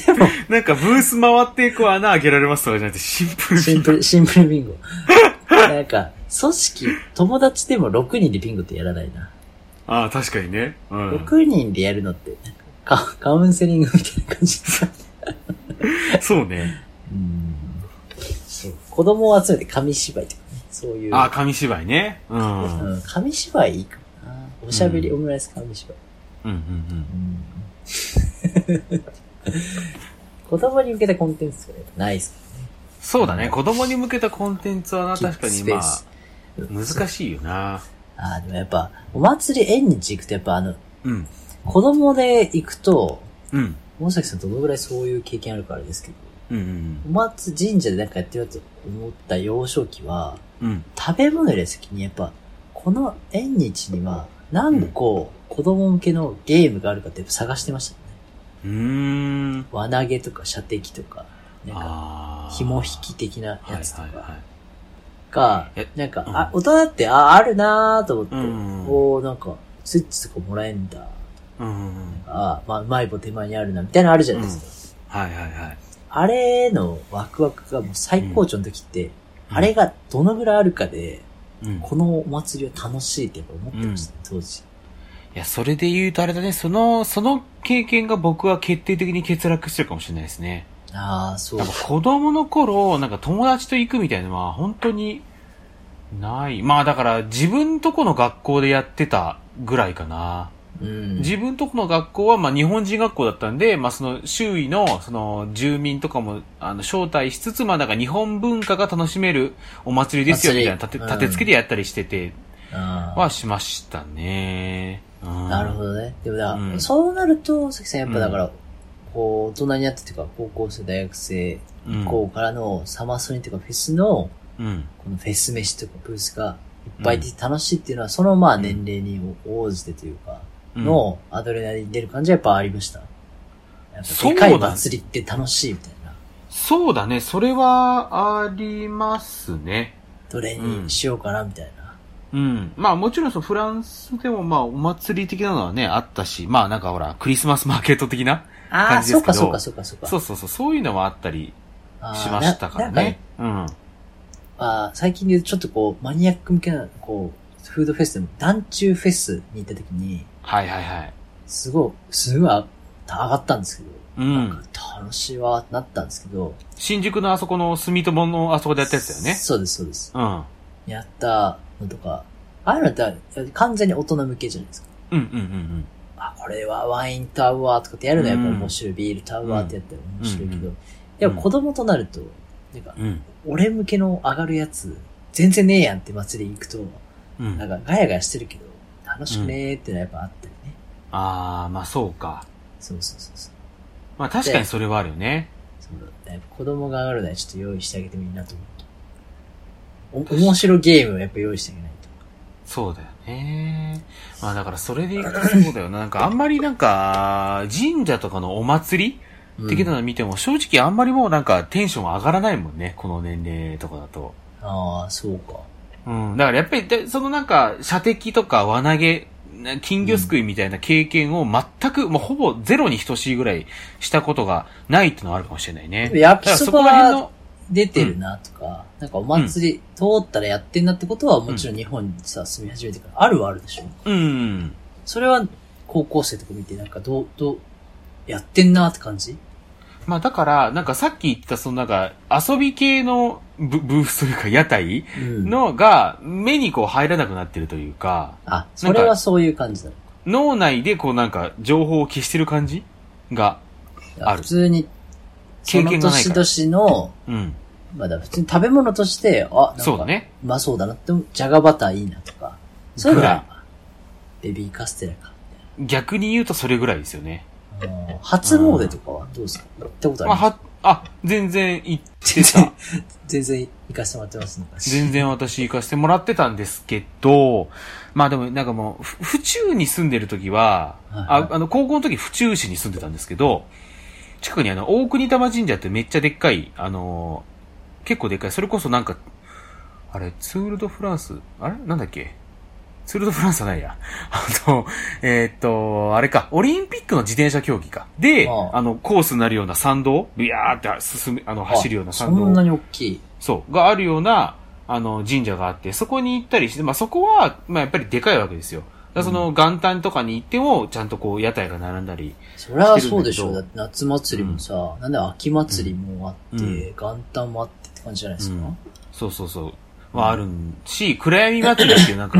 でも、なんかブース回ってこう穴開けられますとかじゃなくて、シンプルビシンンプル、シンプルビンゴ。なんか、組織、友達でも6人でビンゴってやらないな。ゴ。ああ、確かにね。うん。 6人でやるのって、なんかカカウンセリングみたいな感じでさ。そうね。うんそう子供を集めて紙芝居とかね、そういう。ああ、紙芝居ね。うん。うんうん、紙芝居いいかな。おしゃべりうオムライス紙芝居。うんうん。うん、子供に向けたコンテンツとかやっぱないっすそうだね。子供に向けたコンテンツはな、キッズ確かにスペまーあス、からね。難しいよな。ああ、でもやっぱ、お祭り縁日行くとやっぱあの、うん。子供で行くと、うん。大崎さんどのぐらいそういう経験あるかあれですけど、うんうんお祭り神社でなんかやってるやつ思った幼少期は、うん。うん。食べ物より先にやっぱ、この縁日には何個子供向けのゲームがあるかってやっぱ探してましたね。うーん。輪投げとか射的とか、なんか、ああ。紐引き的なやつとはいはいかはい。がえ、なんか、うんあ、大人って、あ、あるなーと思って、うんおおなんか、スイッチとかもらえんだ、うんうんうん。あ、まあ、うまい棒手前にあるな、みたいなのあるじゃないですか。はいはいはい。あれのワクワクがもう最高潮の時って、あれがどのぐらいあるかで、うん。このお祭りを楽しいってやっぱ思ってました、ね当時。いや、それで言うとあれだね、その、その経験が僕は決定的に欠落してるかもしれないですね。ああ、そうなん。か子供の頃、なんか友達と行くみたいなのは本当にない。まあだから自分とこの学校でやってたぐらいかな。うん。自分とこの学校はまあ日本人学校だったんで、まあその周囲のその住民とかもあの招待しつつ、まあなんか日本文化が楽しめるお祭りですよみたいな立祭てりうん立て付けでやったりしててあーはしましたね。うんなるほどね。でもだ、うんそうなると、関さんやっぱだから、こう、大人になってっていうか、高校生、大学生、うんこうからのサマソニとかフェスの、うん。このフェス飯とかブースがいっぱいで楽しいっていうのは、そのまあうん年齢に応じてというか、うんのアドレナリン出る感じはやっぱありました。やっぱそうでだかい祭りって楽しいみたいな。そうだね、それはありますね。どれにしようかなみたいな。うん。まあもちろんそうフランスでもまあお祭り的なのはね、あったし、まあなんかほら、クリスマスマーケット的な。あ感あ、じそでうすけかどそうかそうかそうか。そうそうそう、そういうのはあったりあーしましたからななんね。うん。あー最近で言うとちょっとこう、マニアック向けな、こう、フードフェスでも、団中フェスに行った時に、はいはいはい。すごい、すごいあ上がったんですけど、うなんん。か楽しいわーってなったんですけど、新宿のあそこの住友のあそこでやったやつだよね。そうです、そうです。うん。やったのとか、ああいうのって完全に大人向けじゃないですか。うんうんうんあ、これはワインタワーとかってやるのはやっぱ面白い、ビールタワーってやったら面白いけど、うやっぱ子供となると、なんかう、ん。俺向けの上がるやつ、全然ねえやんって祭り行くと、うん。うなんん。かガヤガヤしてるけど、楽しくねーってのはやっぱあったりね。ああ、まあそうか。そうそうそうそう。まあ確かにそれはあるよね。そうだやっぱ子供が上がるのはちょっと用意してあげてもいいなと思うと。お面白ゲームをやっぱ用意してあげないと。そうだよね。まあだからそれでいくとそうだよな。なんかあんまりなんか、神社とかのお祭り的なの見ても、正直あんまりもうなんかテンション上がらないもんね。この年齢とかだと。ああ、そうか。うん。だからやっぱり、でそのなんか、射的とか輪投げ、な金魚すくいみたいな経験を全く、もうほぼゼロに等しいぐらいしたことがないってのはあるかもしれないね。焼きそばだからそこら辺のは出てるなとか、なんかお祭り通ったらやってんなってことはもちろん日本にさ、住み始めてからあるはあるでしょ。うん。それは高校生とか見てなんかどう、どう、やってんなって感じまあだから、なんかさっき言ったそのなんか遊び系のブブースというか屋台うん。のが目にこう入らなくなってるというか、あ、それはそういう感じだ。脳内でこうなんか情報を消してる感じが、ある普通に、そ経の験がないから年々の、うん。まあだから普通に食べ物として、あ、なんかそうだね。うまそうだなって、じゃがバターいいなとか。そういうのは、ベビーカステラか。逆に言うとそれぐらいですよね。あの初詣とかはどうですか行ったことあまりあますは、あ、全然行ってた。 全然行かせてもらってますね。全然私行かせてもらってたんですけど、まあでもなんかもう、ふ府中に住んでる時は、はいああの、高校の時府中市に住んでたんですけど、近くにあの、大国玉神社ってめっちゃでっかい、あのー結構でっかい、それこそなんか、あれ、ツールドフランス、あれなんだっけツールドフランスじゃないや。 あの、えーっと、あれか、オリンピックの自転車競技か。で、あああの、コースになるような参道、ビヤーって進む、あの、走るようなそ参道。んなに大きい。そう、があるような、あの、神社があって、そこに行ったりして、まあ、そこは、まあ、やっぱりでかいわけですよ。だからその、元旦とかに行っても、ちゃんとこう、屋台が並んだり。そりゃそうでしょ。だ来てるんだけどって夏祭りもさ、なんで秋祭りもあって、うん元旦もあってって感じじゃないですか。うんそうそうそう。はあるんし、暗闇祭りっていう、なんか、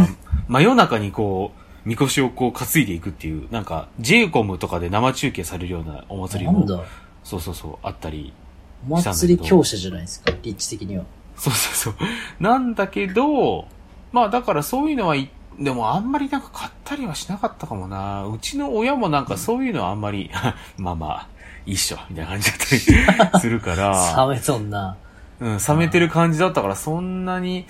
真夜中にこう、みこしをこう担いでいくっていう、なんか、j イコムとかで生中継されるようなお祭りなんも、だそうそうそう、あったり。お祭り強者じゃないですか、立地的には。そうそうそう。なんだけど、まあだからそういうのはい、でもあんまりなんか買ったりはしなかったかもな。うちの親もなんかそういうのはあんまり、 まあまあ、いいっしょ、みたいな感じだった りするから、冷めとんな。うん、冷めてる感じだったからそんなに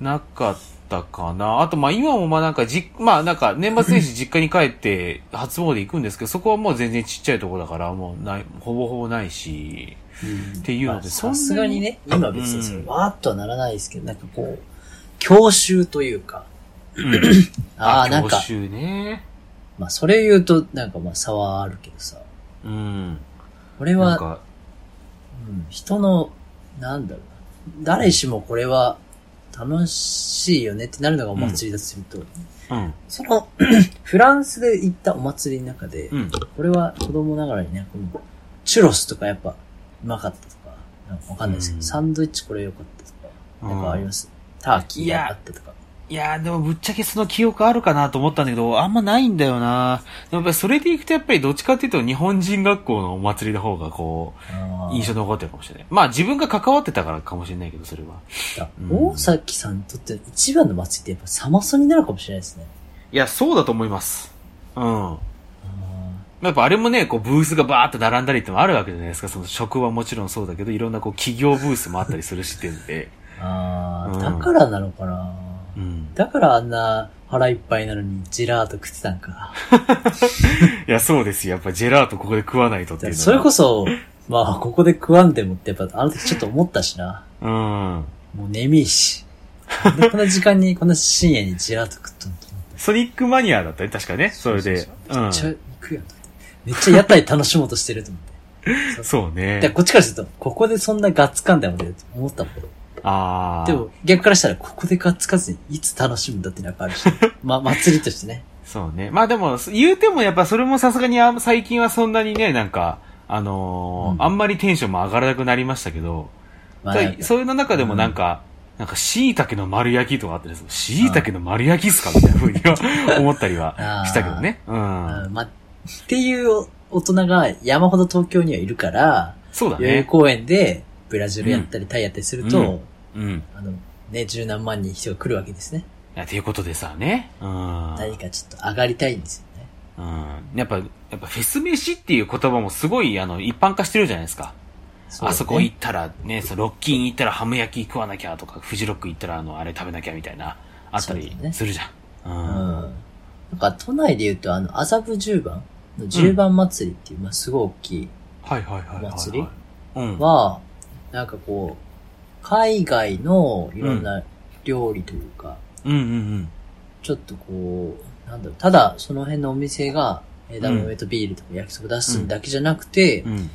なかったかな。あとまあ今もまあなんかじ、まあなんか年末年始実家に帰って初詣行くんですけど、そこはもう全然ちっちゃいとこだから、もうない、ほぼほぼないし、っていうのまあで、そんさなすがにね、今別にそれうんわーっとはならないですけど、なんかこう、教習というか、ああ、なん教か、習ね。まあそれ言うと、なんかまあ差はあるけどさ、うん。俺なんは、か、うん人の、なんだろうな、誰しもこれは楽しいよねってなるのがお祭りだとすると、うん。その、 フランスで行ったお祭りの中で、うん。これは子供ながらにね、この、チュロスとかやっぱ、うまかったとか、なんかわかんないですけど、うんサンドイッチこれ良かったとか、なんかあります、ターキーがあったとか。いやーでもぶっちゃけその記憶あるかなと思ったんだけど、あんまないんだよなでもやっぱりそれでいくとやっぱりどっちかっていうと日本人学校のお祭りの方がこあう、ー印象残ってるかもしれない。まあ自分が関わってたからかもしれないけど、それは。だうん大崎さんにとっての一番の祭りってやっぱサマソニなのかもしれないですね。いや、そうだと思います。うん。やっぱあれもね、こうブースがバーって並んだりってのもあるわけじゃないですか。その職はもちろんそうだけど、いろんなこう企業ブースもあったりするしっていうんで。あうんあ、だからなのかな、うん。だからあんな腹いっぱいなのにジェラート食ってたんか。いや、そうですよ。やっぱジェラートここで食わないとっていうのはそれこそ、まあここで食わんでもってやっぱあの時ちょっと思ったしな。うん。もう眠いし。なんでこんな時間にこんな深夜にジェラート食っとんと思ってソニックマニアだったね、確かね。それで。うめっん。ちゃ行くやん。めっちゃ屋台楽しもうとしてると思って。そうでね。こっちからすると、ここでそんなガッツかんだよって思ったもん。ああ。でも、逆からしたら、ここでガッツかずに、いつ楽しむんだってなんか あるし。ま、祭りとしてね。そうね。まあでも、言うてもやっぱそれもさすがにあ最近はそんなにね、なんか、あのーうんあんまりテンションも上がらなくなりましたけど、まあ、たなだんかそういうの中でもなんか、なんか、椎茸の丸焼きとかあったりする。椎茸の丸焼きっすかみたいな風には思った りはしたけどね。うん。うんまあ、っていう大人が山ほど東京にはいるから、そうだ代々ね木。公園でブラジルやったりタイやったりすると、うんうん。あの、ね、十何万人人が来るわけですね。いやということでさ、ね。うん。何かちょっと上がりたいんですよね。うん。やっぱ、やっぱフェス飯っていう言葉もすごい、あの、一般化してるじゃないですか。うだねあそこ行ったらね、そのロッキン行ったらハム焼き食わなきゃとか、フジロック行ったらあの、あれ食べなきゃみたいな、あったりそうだねするじゃん。ううん。ん。なんか、都内で言うと、あの、麻布十番の十番祭りっていう、まあ、すごい大きいはいはいはいはい、はい。祭りうん。は、なんかこう、海外のいろんな料理というか、うんうんちょっとこう、なんだろう、ただその辺のお店が枝豆とビールとか焼きそば出すだけじゃなくて、うん。うん。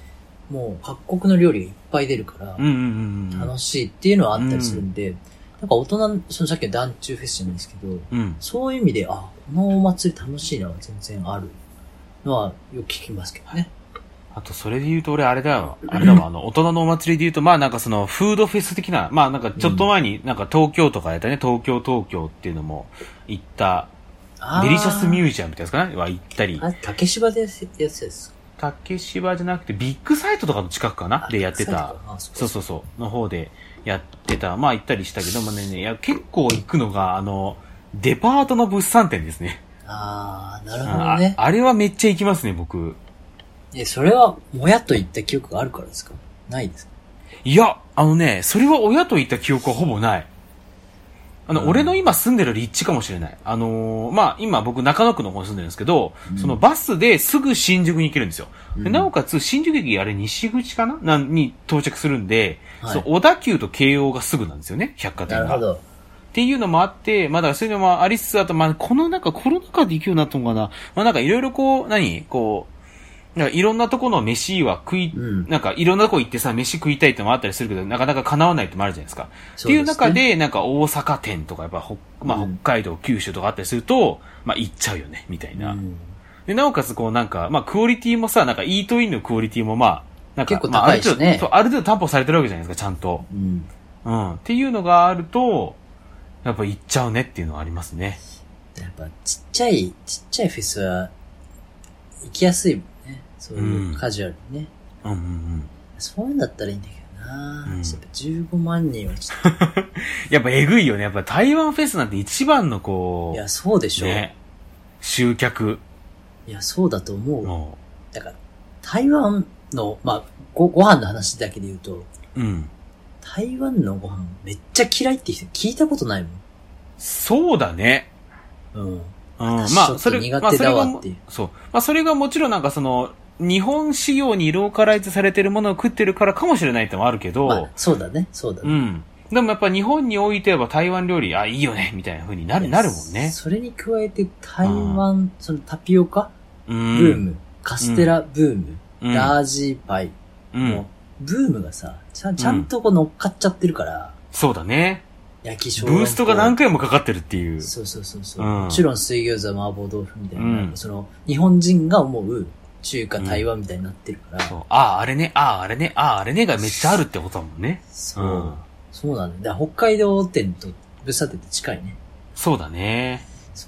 もう各国の料理がいっぱい出るからうん、うんうんうん。楽しいっていうのはあったりするんで、なんか大人、そのさっきの団中フェスじゃないですけど、うん。そういう意味で、あ、このお祭り楽しいな、全然あるのはよく聞きますけどね。あと、それで言うと、俺、あれだよ。あれだわ、あの、大人のお祭りで言うと、まあ、なんかその、フードフェス的な、まあ、なんか、ちょっと前に、なんか、東京とかやったね、東京、東京っていうのも、行った、あデリシャスミューュージアムってやつかなは行ったりあ、れ、竹芝でやつです。竹芝じゃなくて、ビッグサイトとかの近くかなでやってた。あ。そうそうそうそう、の方でやってた。まあ、行ったりしたけど、まあね、いや、結構行くのが、あの、デパートの物産展ですね。あー、なるほどあね。あれはめっちゃ行きますね、僕。え、それは、もやっと言った記憶があるからですかないですかいや、あのね、それは親と行った記憶はほぼない。あの、うん俺の今住んでる立地かもしれない。あのーまあ、今僕中野区の方に住んでるんですけど、うんそのバスですぐ新宿に行けるんですよ。でうんなおかつ、新宿駅あれ西口かななんに到着するんで、はいその小田急と京王がすぐなんですよね、百貨店なが。るほど。っていうのもあって、まあだからそういうのもありつつ、あと、まあこの中、コロナ禍で行くようになったのかな。まあなんかいろいろこう、何こう、なんかいろんなとこの飯は食い、うんなんかいろんなとこ行ってさ、飯食いたいってのもあったりするけど、なかなか叶わないってのもあるじゃないですか。っていう中そで、なんか大阪店とか、やっぱほ、まあう北ん海道、九州とかあったりすると、まあ行っちゃうよね、みたいうな。ですね、うんで、なおかつこうなんか、まあクオリティもさ、なんかイートインのクオリティもまあ、なんか、結構まあ高いしねある程度そうある程度担保されてるわけじゃないですか、ちゃんと。うん。うん。っていうのがあると、やっぱ行っちゃうねっていうのはありますね。やっぱ、ちっちゃい、ちっちゃいフェスは、行きやすいもんね。そういうカジュアルにね。うんうんうん。そういうんだったらいいんだけどな、うんちょっと15万人はちょっやっぱえぐいよね。やっぱ台湾フェスなんて一番のと、こいうや、、そうでしょう。ね、集客いや、そうだと思う。の、だから、台湾の、まあ、ご、ご飯の話だけで言うと、うん。台湾のご飯めっちゃ嫌いって人聞いたことないそうだね。もん。うん。うん。まあ私ちょっと、それ、苦まあ、手それだがわもっていう、そう。まあ、それがもちろんなんかその、日本仕様にローカライズされてるものを食ってるからかもしれないってのもあるけど、まあ、そうだね、そうだうね。ん。でもやっぱ日本においては台湾料理、あ、いいよね、みたいな風になる、なるもんね。それに加えて、台湾、そのタピオカうブん。ーム、カステラブーム、うんラージーパイうんのブームがさ、ちゃんちゃんとこう乗っかっちゃってるから、そうだね。焼き小ブ籠包ーストが何回もかかってるっていう。そうそうそうそう。うんもちろん水餃子、麻婆豆腐みたいな、うんなんかその、日本人が思う中華、台湾みたいになってるから、そうああ、あれね、ああ、あれね、ああ、あれねがめっちゃあるってことだもんね。そう、うんそうなんだ。だから北海道店と物産店って近いね。そうだね。そ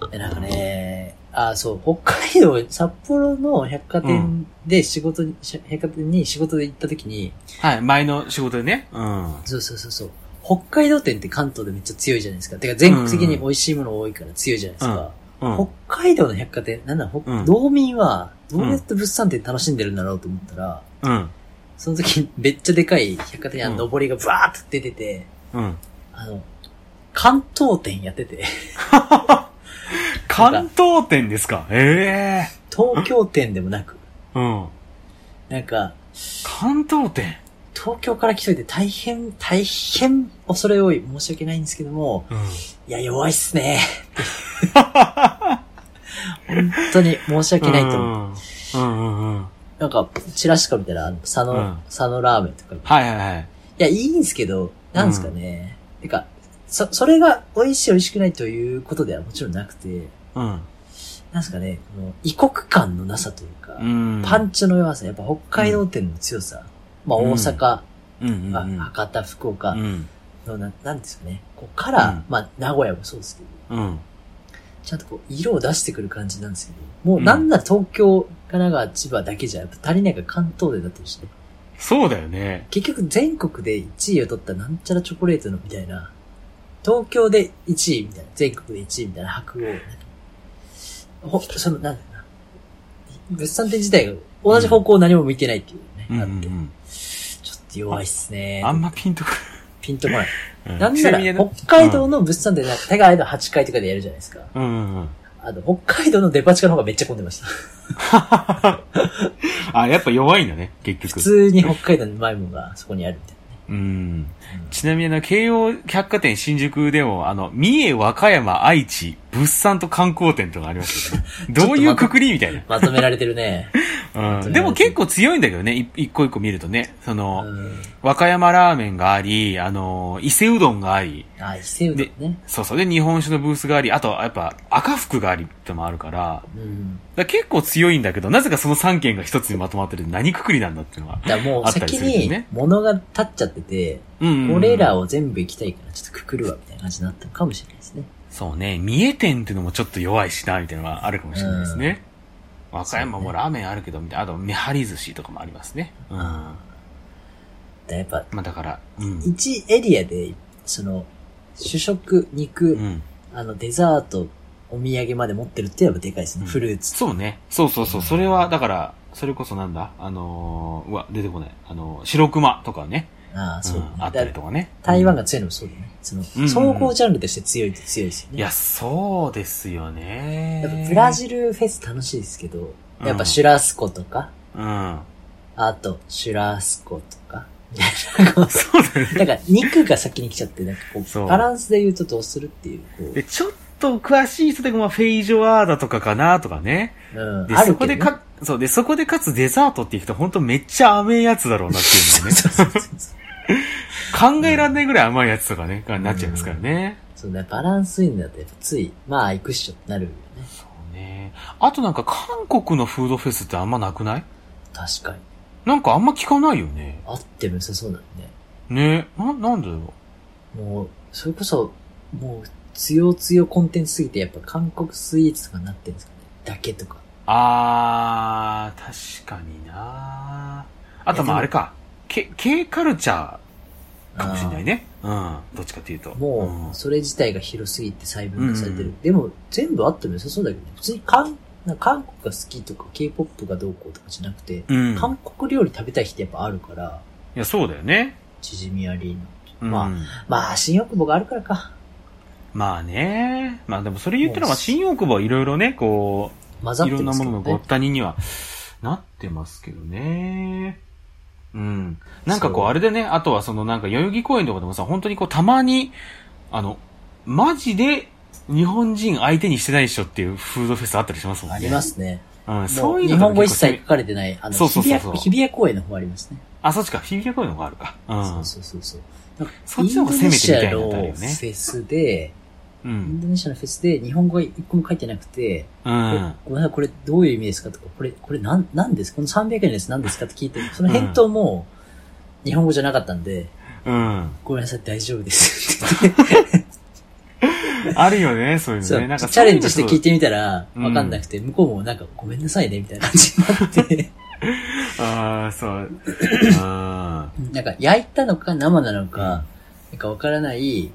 う。え、なんかね、あ、そう、北海道、札幌の百貨店で仕事に、し百貨店に仕事で行った時に、はい、前の仕事でね。うん。そうそうそうそう。北海道店って関東でめっちゃ強いじゃないですか。てか全国的に美味しいもの多いから強いじゃないですか。うん。北海道の百貨店、なんだ、北うん道民は、どうやって物産展楽しんでるんだろうと思ったら、うん。その時、めっちゃでかい百貨店、あうんの、上りがブワーっと出てて、うん。あの、関東店やってて、関東店ですかえ東京店でもなく、えうん。なんか、関東店東京から来といて大変、大変恐れ多い。申し訳ないんですけども、うん。いや、弱いっすね。本当に申し訳ないと思う。うんうんうん。なんか、チラシとか見たら、あの佐野、うん佐野ラーメンとかはいはいはい。いや、いいんすけど、なんですかね。てか、そ、それが美味しい美味しくないということではもちろんなくて、うん。なんですかね、この異国感のなさというか、うん。パンチの弱さ、やっぱ北海道店の強さ、まあうん大阪、うんうんまあうん。博多、福岡うん。のな、なんですかね、こうから、うんまあ名古屋もそうですけど、うん。ちゃんとこう色を出してくる感じなんですけど、もうなんなら東京、神奈川、千葉だけじゃやっぱ足りないから関東でだってるしね。そうだよね。結局全国で1位を取ったなんちゃらチョコレートのみたいな、東京で1位みたいな、全国で1位みたいな白鸚ほ、その、なんだろうな。物産展自体が同じ方向を何も見てないっていうね、うんうあって、んちょっと弱いっすねう。ん。あんまピンとくる。ピンと こない。うんなんちな なみにねら、北海道の物産展でなんか、手が合えば8回とかでやるじゃないですか。うんうんうん。あの、北海道のデパ地下の方がめっちゃ混んでま した。あ、やっぱ弱いんだね、結局。普通に北海道のうまいもんが そこにあるみたいうん。ちなみにあの、京王百貨店新宿でも、あの、三重、和歌山、愛知、物産と観光店とかありましたよね。どういうくくりみたいな。な。まとめられてる ね。うん、でも結構強いんだけどね、い一個一個見るとね。その、うん。和歌山ラーメンがあり、あの、伊勢うどんがあり、あ、伊勢うどんね。そうそう。で、日本酒のブースがあり、あとはやっぱ赤服がありってのもあるから、うん。だから結構強いんだけど、なぜかその3件が一つにまとまってる何くくりなんだっていうのは。だからもう先に物が立っちゃってて、うんうんうんこれらを全部行きたいからちょっとくくるわみたいな感じになったのかもしれないですね。そうね、三重店っていうのもちょっと弱いしな、みたいなのがあるかもしれないですね。和歌山もラーメンあるけど、みたいな。あと、めはり寿司とかもありますね。うん。まだやっぱ、あだから、うん。 1エリアで、その、主食、肉、うん。あの、デザート、お土産まで持ってるってやっぱでかいですね。うんフルーツ。そうね。そうそうそう。それは、だから、それこそなんだあのー、うわ、出てこない。あのー、白熊とかね。ああ、そう、ねんあっだたりとかね。台湾がうん強いのもそうだよね。その、うん総合ジャンルとして強いって強いですよね。いや、そうですよね。やっぱブラジルフェス楽しいですけど、うんやっぱシュラスコとか、ル。うん。あと、シュラスコとか。 そうだね。だから、肉が先に来ちゃって、なんかこそうう、バランスで言うとどうするっていう、こで、ちょっと詳しい人でも、まあ、フェイジョアーダとかかなとかね。う、うん、で、あそるこけどでね、か、そう、で、そこでかつデザートっていくと本当めっちゃ甘いやつだろうなっていう のがね。そうそうそうそう。考えられないぐらい甘いやつとかね、がなっちゃいますからね。そうね、バランスいいんだと、やっぱつい、まあ、行くっしょってなるよね。そうね。あとなんか韓国のフードフェスってあんまなくない確かに。なんかあんま聞かないよね。あっても良さそうだよね。ね。な、なんだろもう、それこそ、もう、強強コンテンツすぎて、やっぱ韓国スイーツとかになってるんですかね。だけとか。う。あー、確かになあとまああれか。け、K カルチャーかもしれないね。うん。どっちかというと。あー。もう、それ自体が広すぎて細分化されてる。でも、全部あっても良さそうだけど、普通に韓、なんか韓国が好きとか、K-POP がどうこうとかじゃなくて、うん。うん。韓国料理食べたい人やっぱあるから、いや、そうだよね。縮みアリーナ。うんまあまあ、新大久保があるからか。まあね。まあでもそれ言ったら、まあ新大久保はいろいろね、こ混ざっう、いてろんなますもけのどね。のごったににはなってますけどね。うん。なんかこう、そうあれでね、あとはそのなんか代々木公園とかでもさ、本当にこう、たまに、あの、マジで日本人相手にしてないっしょっていうフードフェスあったりしますもんね。ありま。すね。うん、もそうういう日のとか本語一結構切書かれてない、あの、そうそう日そう比そう谷日比谷公園の方ありますね。あ、そっちか、フィギュア公園の方があるか。う。そうんそうそうそう。そっちの方が攻めてみたいなのインってドあるネよシアねの。フェスで、うインん。ドネシアのフェスで日本語が一個も書いてなくて、うん。ごめんなさい、これどういう意味ですかとか、これ、これなん、なんですこの300円です何ですかって聞いて、その返答も日本語じゃなかったんで、うん。ごめんなさい、大丈夫ですって言って。あるよね、そういうそのうね。なんかチャレンジして聞いて。てみたら、うんわかんなくて、向こうもなんかごめんなさいね、みたいな感じになって、ああ、そう。あ ーなんか焼いたのか生なのか、なんかわからない、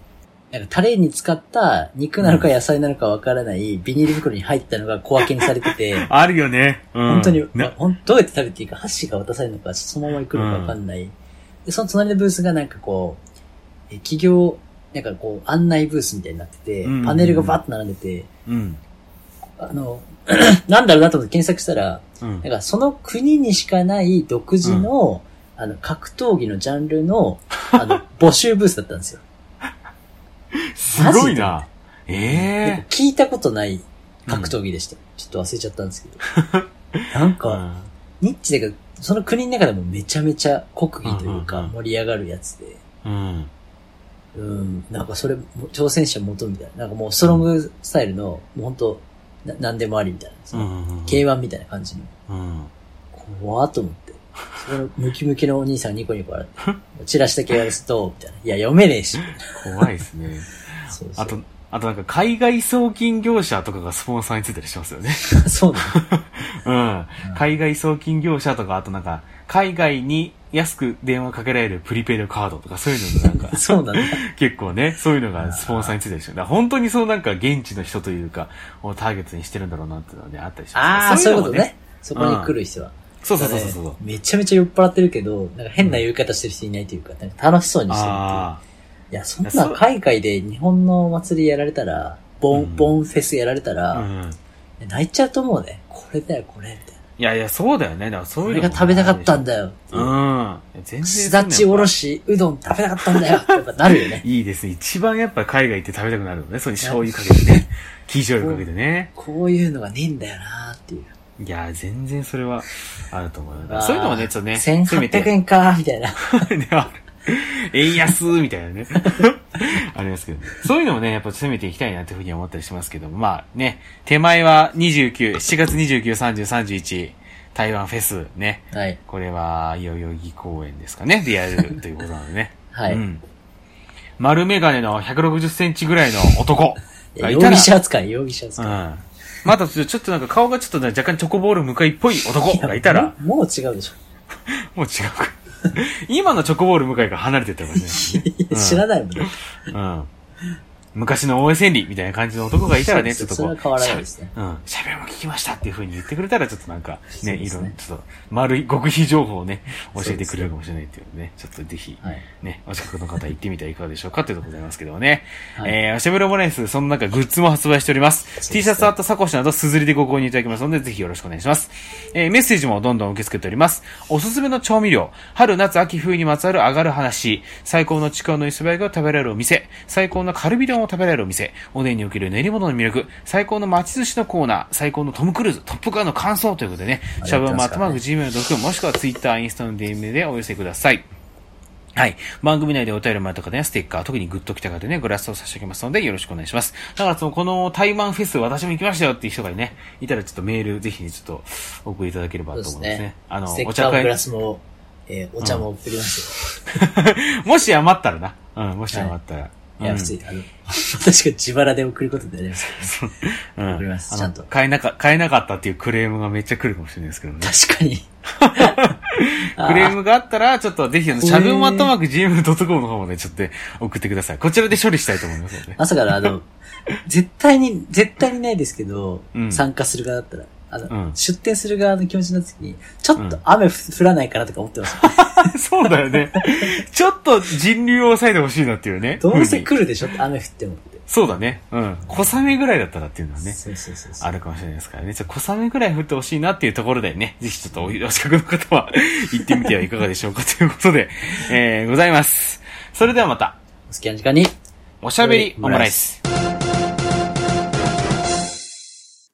なんかタレに使った肉なのか野菜なのかわからない、ビニール袋に入ったのが小分けにされてて、あるよね。うん、本当に、まなほんどうやって食べていいか、箸が渡されるのか、そのまま来るのかわかんない、で、その隣のブースがなんかこう、え企業、なんかこう、案内ブースみたいになってて、うんパネルがバッと並んでて、うん。あの、 なんだろうなと思って検索したら、うんなんかその国にしかない独自の、あの、格闘技のジャンルの、あ の、募集ブースだったんですよ。すごいな。ええ聞いたことない格闘技でした。ちょっと忘れちゃったんですけ ど。なんー。うか、んニッチだけど、その国の中でもめちゃめちゃ国技といううんうかんうん盛り上がるやつで、うん。うん、なんかそれ、挑戦者求むみたいな、なんかもうストロングスタイルの、もうほんと、な何でもありみたいな、そうのん。うん K1 みたいな感じの、うん。怖っと思って。そのムキムキのお兄さんニコニコ笑 って、チラシだけやらすと、みたいな。いや、読めねえし。怖いですね。そうそうあと、あとなんか海外送金業者とかがスポンサーについたりしますよね。 そうなうん。海外送金業者とか、あとなんか、海外に安く電話かけられるプリペイドカードとか、そういうのがなんの。か、そう なの。結構ね、そういうのがスポンサーについたりしてる。だから本当にそうなんか現地の人というか、をターゲットにしてるんだろうなっていうのはね、あったりしますああ、そういうのこもとね。。そこに来る人は。そうそうそうそうそう。めちゃめちゃ酔っ払ってるけど、なんか変な酔い方してる人いないというか、なんか楽しそうにしてるっていう。ああいや、そんな海外で日本のお祭りやられたら、ボン、うんボンフェスやられたうら、ん。泣いちゃうと思うね。これだよ、これ、みたいな。いやいや、そうだよね。だからそうこいうれのが食べたかったんだよ。うん。全然すだちおろし。し、うどん食べたかったんだよ。やっぱなるよね。いいですね。一番やっぱ海外行って食べたくなるのね。そうに醤油かけ てね。生醤油かけてね。こういうのがねえんだよなーっていう。いや、全然それはあると思うよ。だからそういうのはね、ちょっとね、せめて1800円かー、みたいな。 では、円安みたいなね。 ありますけど、ね、そういうのもね、やっぱ攻めていきたいなというふうに思ったりしますけども、まあね、手前は29、7月29、30、31、台湾フェスね。はい。これは、代々木公園ですかね。でやるということなのでね。 はい。うん。丸メガネの160センチぐらいの男いがやい容たら疑、者扱い、容疑者う扱ん。い。まああとちょっとなんか顔がちょっとね若干チョコボール向かいっぽい男がいた ら、もうもう違うでしょ。もう違うか。今のチョコボール向かいが離れてっ たからね。うん知らないもんね。うん。昔の大江千里みたいな感じの男がいたらね、ちそょうっとそこれう。は変わらないですねしゃうん。喋りも聞きましたっていう風に言ってくれたら、ちょっとなんか、そうね、でいすろねんな、ちょっと、丸い極秘情報をね、教えてくれそうですねるかもしれないっていうね、ちょっとぜひ、はい。ね、お近くの方行ってみてはいかがでしょうかというところでございますけどもね。はいえー、おしゃべりオムライス、その中グッズも発売しております。すね T シャツあったサコッシュなど、すずりでご購入いただきますので、ぜひよろしくお願いします。えー、メッセージもどんどん受け付けております。おすすめの調味料、春、夏、秋、冬にまつわる上がる話、最高のちくわの磯貝が食べられるお店、最高のカルビ丼を食べられるお店、おでんにおける練り物の魅力、最高の町寿司のコーナー、最高のトム・クルーズ、トップカーの感想ということでね、ありシャがとうございブンマまーすトマーク Gmail ドック、もしくは Twitter、インスタの DM でお寄せください。はい。番組内でお便りもらった方やステッカー、特にグッときた方でね、グラスを差し上げますので、よろしくお願いします。だから、その、この台湾フェス、私も行きましたよっていう人がね、いたらちょっとメール、ぜひね、ちょっと、お送りいただければと思うんそですね。うですねあのステ、おッ茶カーも会グ、ラスも、えーお茶も送ります もし余ったらな。うん、もし余ったら。よ。いや、うん普通に、あの、 私が自腹で送ることでありますけうん。送りますあのちゃんと買えなか、買えなかったっていうクレームがめっちゃ来るかもしれないですけどね。ど。確かに。 クレームがあったら、ちょっとぜひ、あの、これシャブンマットマーク GM.com の方までちょっとね送ってください。こちらで処理したいと思いますので。朝からあ の、絶対に、絶対にないですけど、うん参加する側だったら、あの、うん出店する側の気持ちになった時に、ちょっと雨ふ降らないかなとか思ってます、 そうだよね。ちょっと人流を抑えてほしいなっていうね。どうせ風に来るでしょ雨降ってもって。そうだね。うん。小雨ぐらいだったらっていうのはね。そうそうそうそう。あるかもしれないですからね。ちょっと小雨ぐらい降ってほしいなっていうところでね、ぜひちょっとおお近くの方は行ってみてはいかがでしょうかということで、えー、ございます。それではまた、お好きな時間に、おしゃべりオムライス。